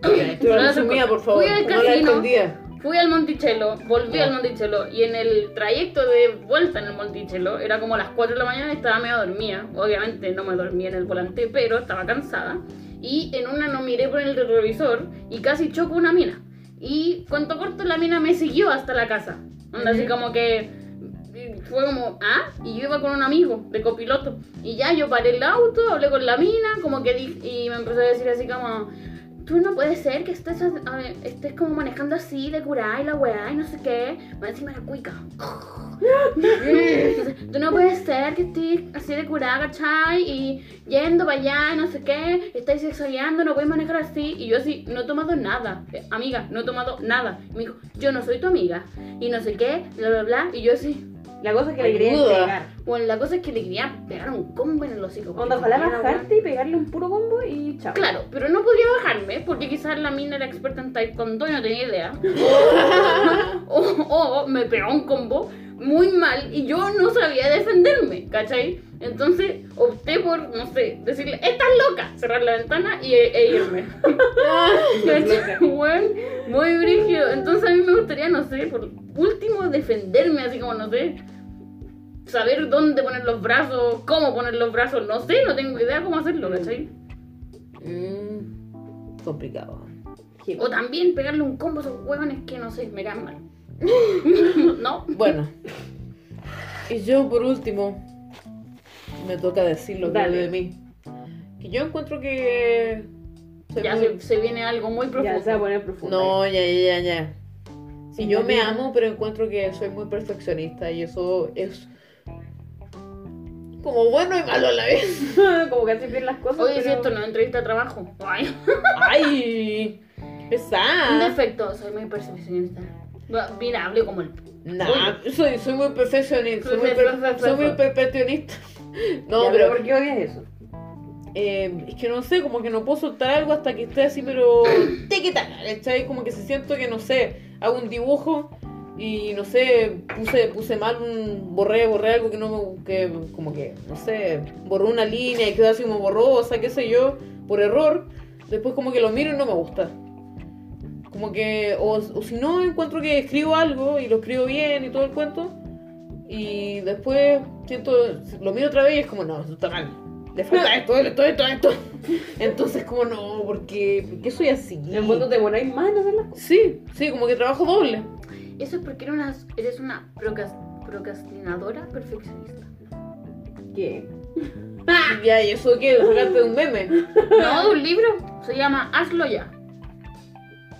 [SPEAKER 2] Pero
[SPEAKER 3] Voy a
[SPEAKER 2] la
[SPEAKER 3] hacer corta.
[SPEAKER 2] resumía, por favor.
[SPEAKER 3] Fui al
[SPEAKER 2] No la
[SPEAKER 3] casino,
[SPEAKER 2] escondía.
[SPEAKER 3] Fui al Monticello, volví al Monticello y en el trayecto de vuelta en el Monticello, era como las 4 de la mañana y estaba medio dormida. Obviamente no me dormía en el volante, pero estaba cansada. Y en una no miré por el retrovisor y casi choco una mina. Y cuanto corto la mina me siguió hasta la casa. Onda, así como que y fue como, ah, y yo iba con un amigo de copiloto. Y ya yo paré el auto, hablé con la mina, como que di- y me empezó a decir así como, tú no puedes ser que estés, a ver, estés como manejando así de curá y la weá y no sé qué. Va encima la cuica. Entonces, tú no puedes ser que estés así de curá, ¿cachai? Y yendo para allá y no sé qué, estáis sexoleando, no puedes manejar así. Y yo así, no he tomado nada, Eh, amiga, no he tomado nada. Y me dijo, yo no soy tu amiga. Y no sé qué, bla, bla, bla. Y yo así,
[SPEAKER 1] La cosa es que le quería
[SPEAKER 2] Ayuda.
[SPEAKER 1] pegar.
[SPEAKER 3] bueno, la cosa es que le quería pegar un combo en el hocico. porque
[SPEAKER 1] Onda, ojalá
[SPEAKER 3] era
[SPEAKER 1] bajarte y pegarle un puro combo y chao.
[SPEAKER 3] bueno. Claro, pero no podía bajarme porque quizás la mina era experta en taekwondo y no tenía idea. o, o me pegó un combo muy mal y yo no sabía defenderme, ¿cachai? Entonces opté por, no sé, decirle, estás loca, cerrar la ventana y, e e irme. ¿Cachai? Weón, muy brígido. Entonces a mí me gustaría, no sé, por último defenderme, así como, no sé, saber dónde poner los brazos, cómo poner los brazos, no sé, no tengo idea cómo hacerlo, ¿cachai?
[SPEAKER 2] Mm, complicado.
[SPEAKER 1] Gil.
[SPEAKER 3] O también pegarle un combo a esos huevones que, no sé, me caen mal. no,
[SPEAKER 2] Bueno. Y yo por último, me toca decir lo que
[SPEAKER 1] Dale.
[SPEAKER 2] odio de mí. Que yo encuentro que... soy
[SPEAKER 3] ya
[SPEAKER 2] muy-
[SPEAKER 3] se, se viene algo muy
[SPEAKER 1] Ya
[SPEAKER 3] profundo.
[SPEAKER 1] se va a poner profundo.
[SPEAKER 2] No, ya, ya, ya, ya. Si
[SPEAKER 1] Sí,
[SPEAKER 2] yo
[SPEAKER 1] ya
[SPEAKER 2] me
[SPEAKER 1] vi.
[SPEAKER 2] amo, pero encuentro que soy muy perfeccionista y eso es como bueno y malo a la vez.
[SPEAKER 1] Como que hace bien las cosas.
[SPEAKER 3] Oye,
[SPEAKER 1] pero-
[SPEAKER 3] si esto no es entrevista de trabajo. Ay,
[SPEAKER 2] ¡Ay!
[SPEAKER 3] Un
[SPEAKER 2] ¡Pesada!
[SPEAKER 3] defecto, soy muy perfeccionista. Va- Mira, hablé como el.
[SPEAKER 2] Nah, soy, soy muy perfeccionista. Soy muy, per- soy muy perfeccionista. No,
[SPEAKER 1] Ya,
[SPEAKER 2] pero
[SPEAKER 1] ¿Por qué odias eso?
[SPEAKER 2] eh, es que no sé, como que no puedo soltar algo hasta que esté así, pero. ¿De qué tal? ¿Cachai? Como que se siento que no sé, hago un dibujo y no sé, puse, puse mal un. borré, borré algo que no me. Que, como que, no sé, borró una línea y quedó así como borrosa, qué sé yo, por error. Después como que lo miro y no me gusta. Como que. O, o si no, encuentro que escribo algo y lo escribo bien y todo el cuento. Y después siento. Lo miro otra vez y es como, no, eso está mal. Le falta esto, esto, esto, esto. Entonces, como no, porque. ¿Por qué soy así?
[SPEAKER 1] En el fondo te ponéis más en hacer las cosas.
[SPEAKER 2] Sí, sí, como que trabajo doble.
[SPEAKER 3] Eso es porque eres una, eres una procas- procrastinadora perfeccionista.
[SPEAKER 1] ¿Qué?
[SPEAKER 2] Ya, ¿y eso qué? ¿Lo sacaste de un meme?
[SPEAKER 3] No, de un libro. Se llama Hazlo ya.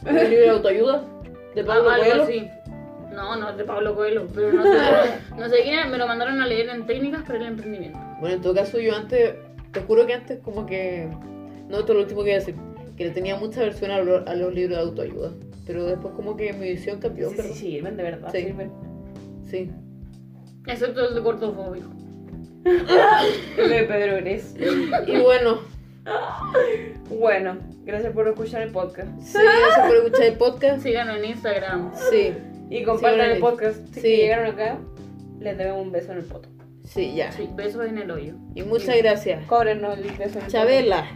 [SPEAKER 2] ¿Un libro de autoayuda?
[SPEAKER 3] Ah,
[SPEAKER 2] ¿De Pablo
[SPEAKER 3] algo
[SPEAKER 2] Coelho?
[SPEAKER 3] así. No, no, es de Pablo Coelho, pero no sé, no sé quién era, me lo mandaron a leer en técnicas para el emprendimiento.
[SPEAKER 2] Bueno, en todo caso, yo antes, te juro que antes como que, no, esto es lo último que voy a decir, que le tenía mucha versión a, lo- a los libros de autoayuda, pero después como que mi visión cambió,
[SPEAKER 1] Sí,
[SPEAKER 2] pero-
[SPEAKER 1] sí, sirven, de verdad,
[SPEAKER 2] Sí.
[SPEAKER 1] sirven.
[SPEAKER 2] sí.
[SPEAKER 3] Excepto el de cortofóbico.
[SPEAKER 1] El de Pedro Gres.
[SPEAKER 2] Y bueno,
[SPEAKER 1] Bueno, gracias por escuchar el podcast.
[SPEAKER 2] sí, gracias por escuchar el podcast.
[SPEAKER 3] Síganos en Instagram.
[SPEAKER 2] Sí,
[SPEAKER 1] Y compartan
[SPEAKER 2] bueno,
[SPEAKER 1] el podcast. Si
[SPEAKER 2] sí.
[SPEAKER 1] que llegaron acá, les debemos un beso en el poto.
[SPEAKER 2] sí, ya.
[SPEAKER 3] Sí, besos en el hoyo.
[SPEAKER 2] Y muchas gracias.
[SPEAKER 1] Cóbrenos el beso en el poto.
[SPEAKER 2] Chabela.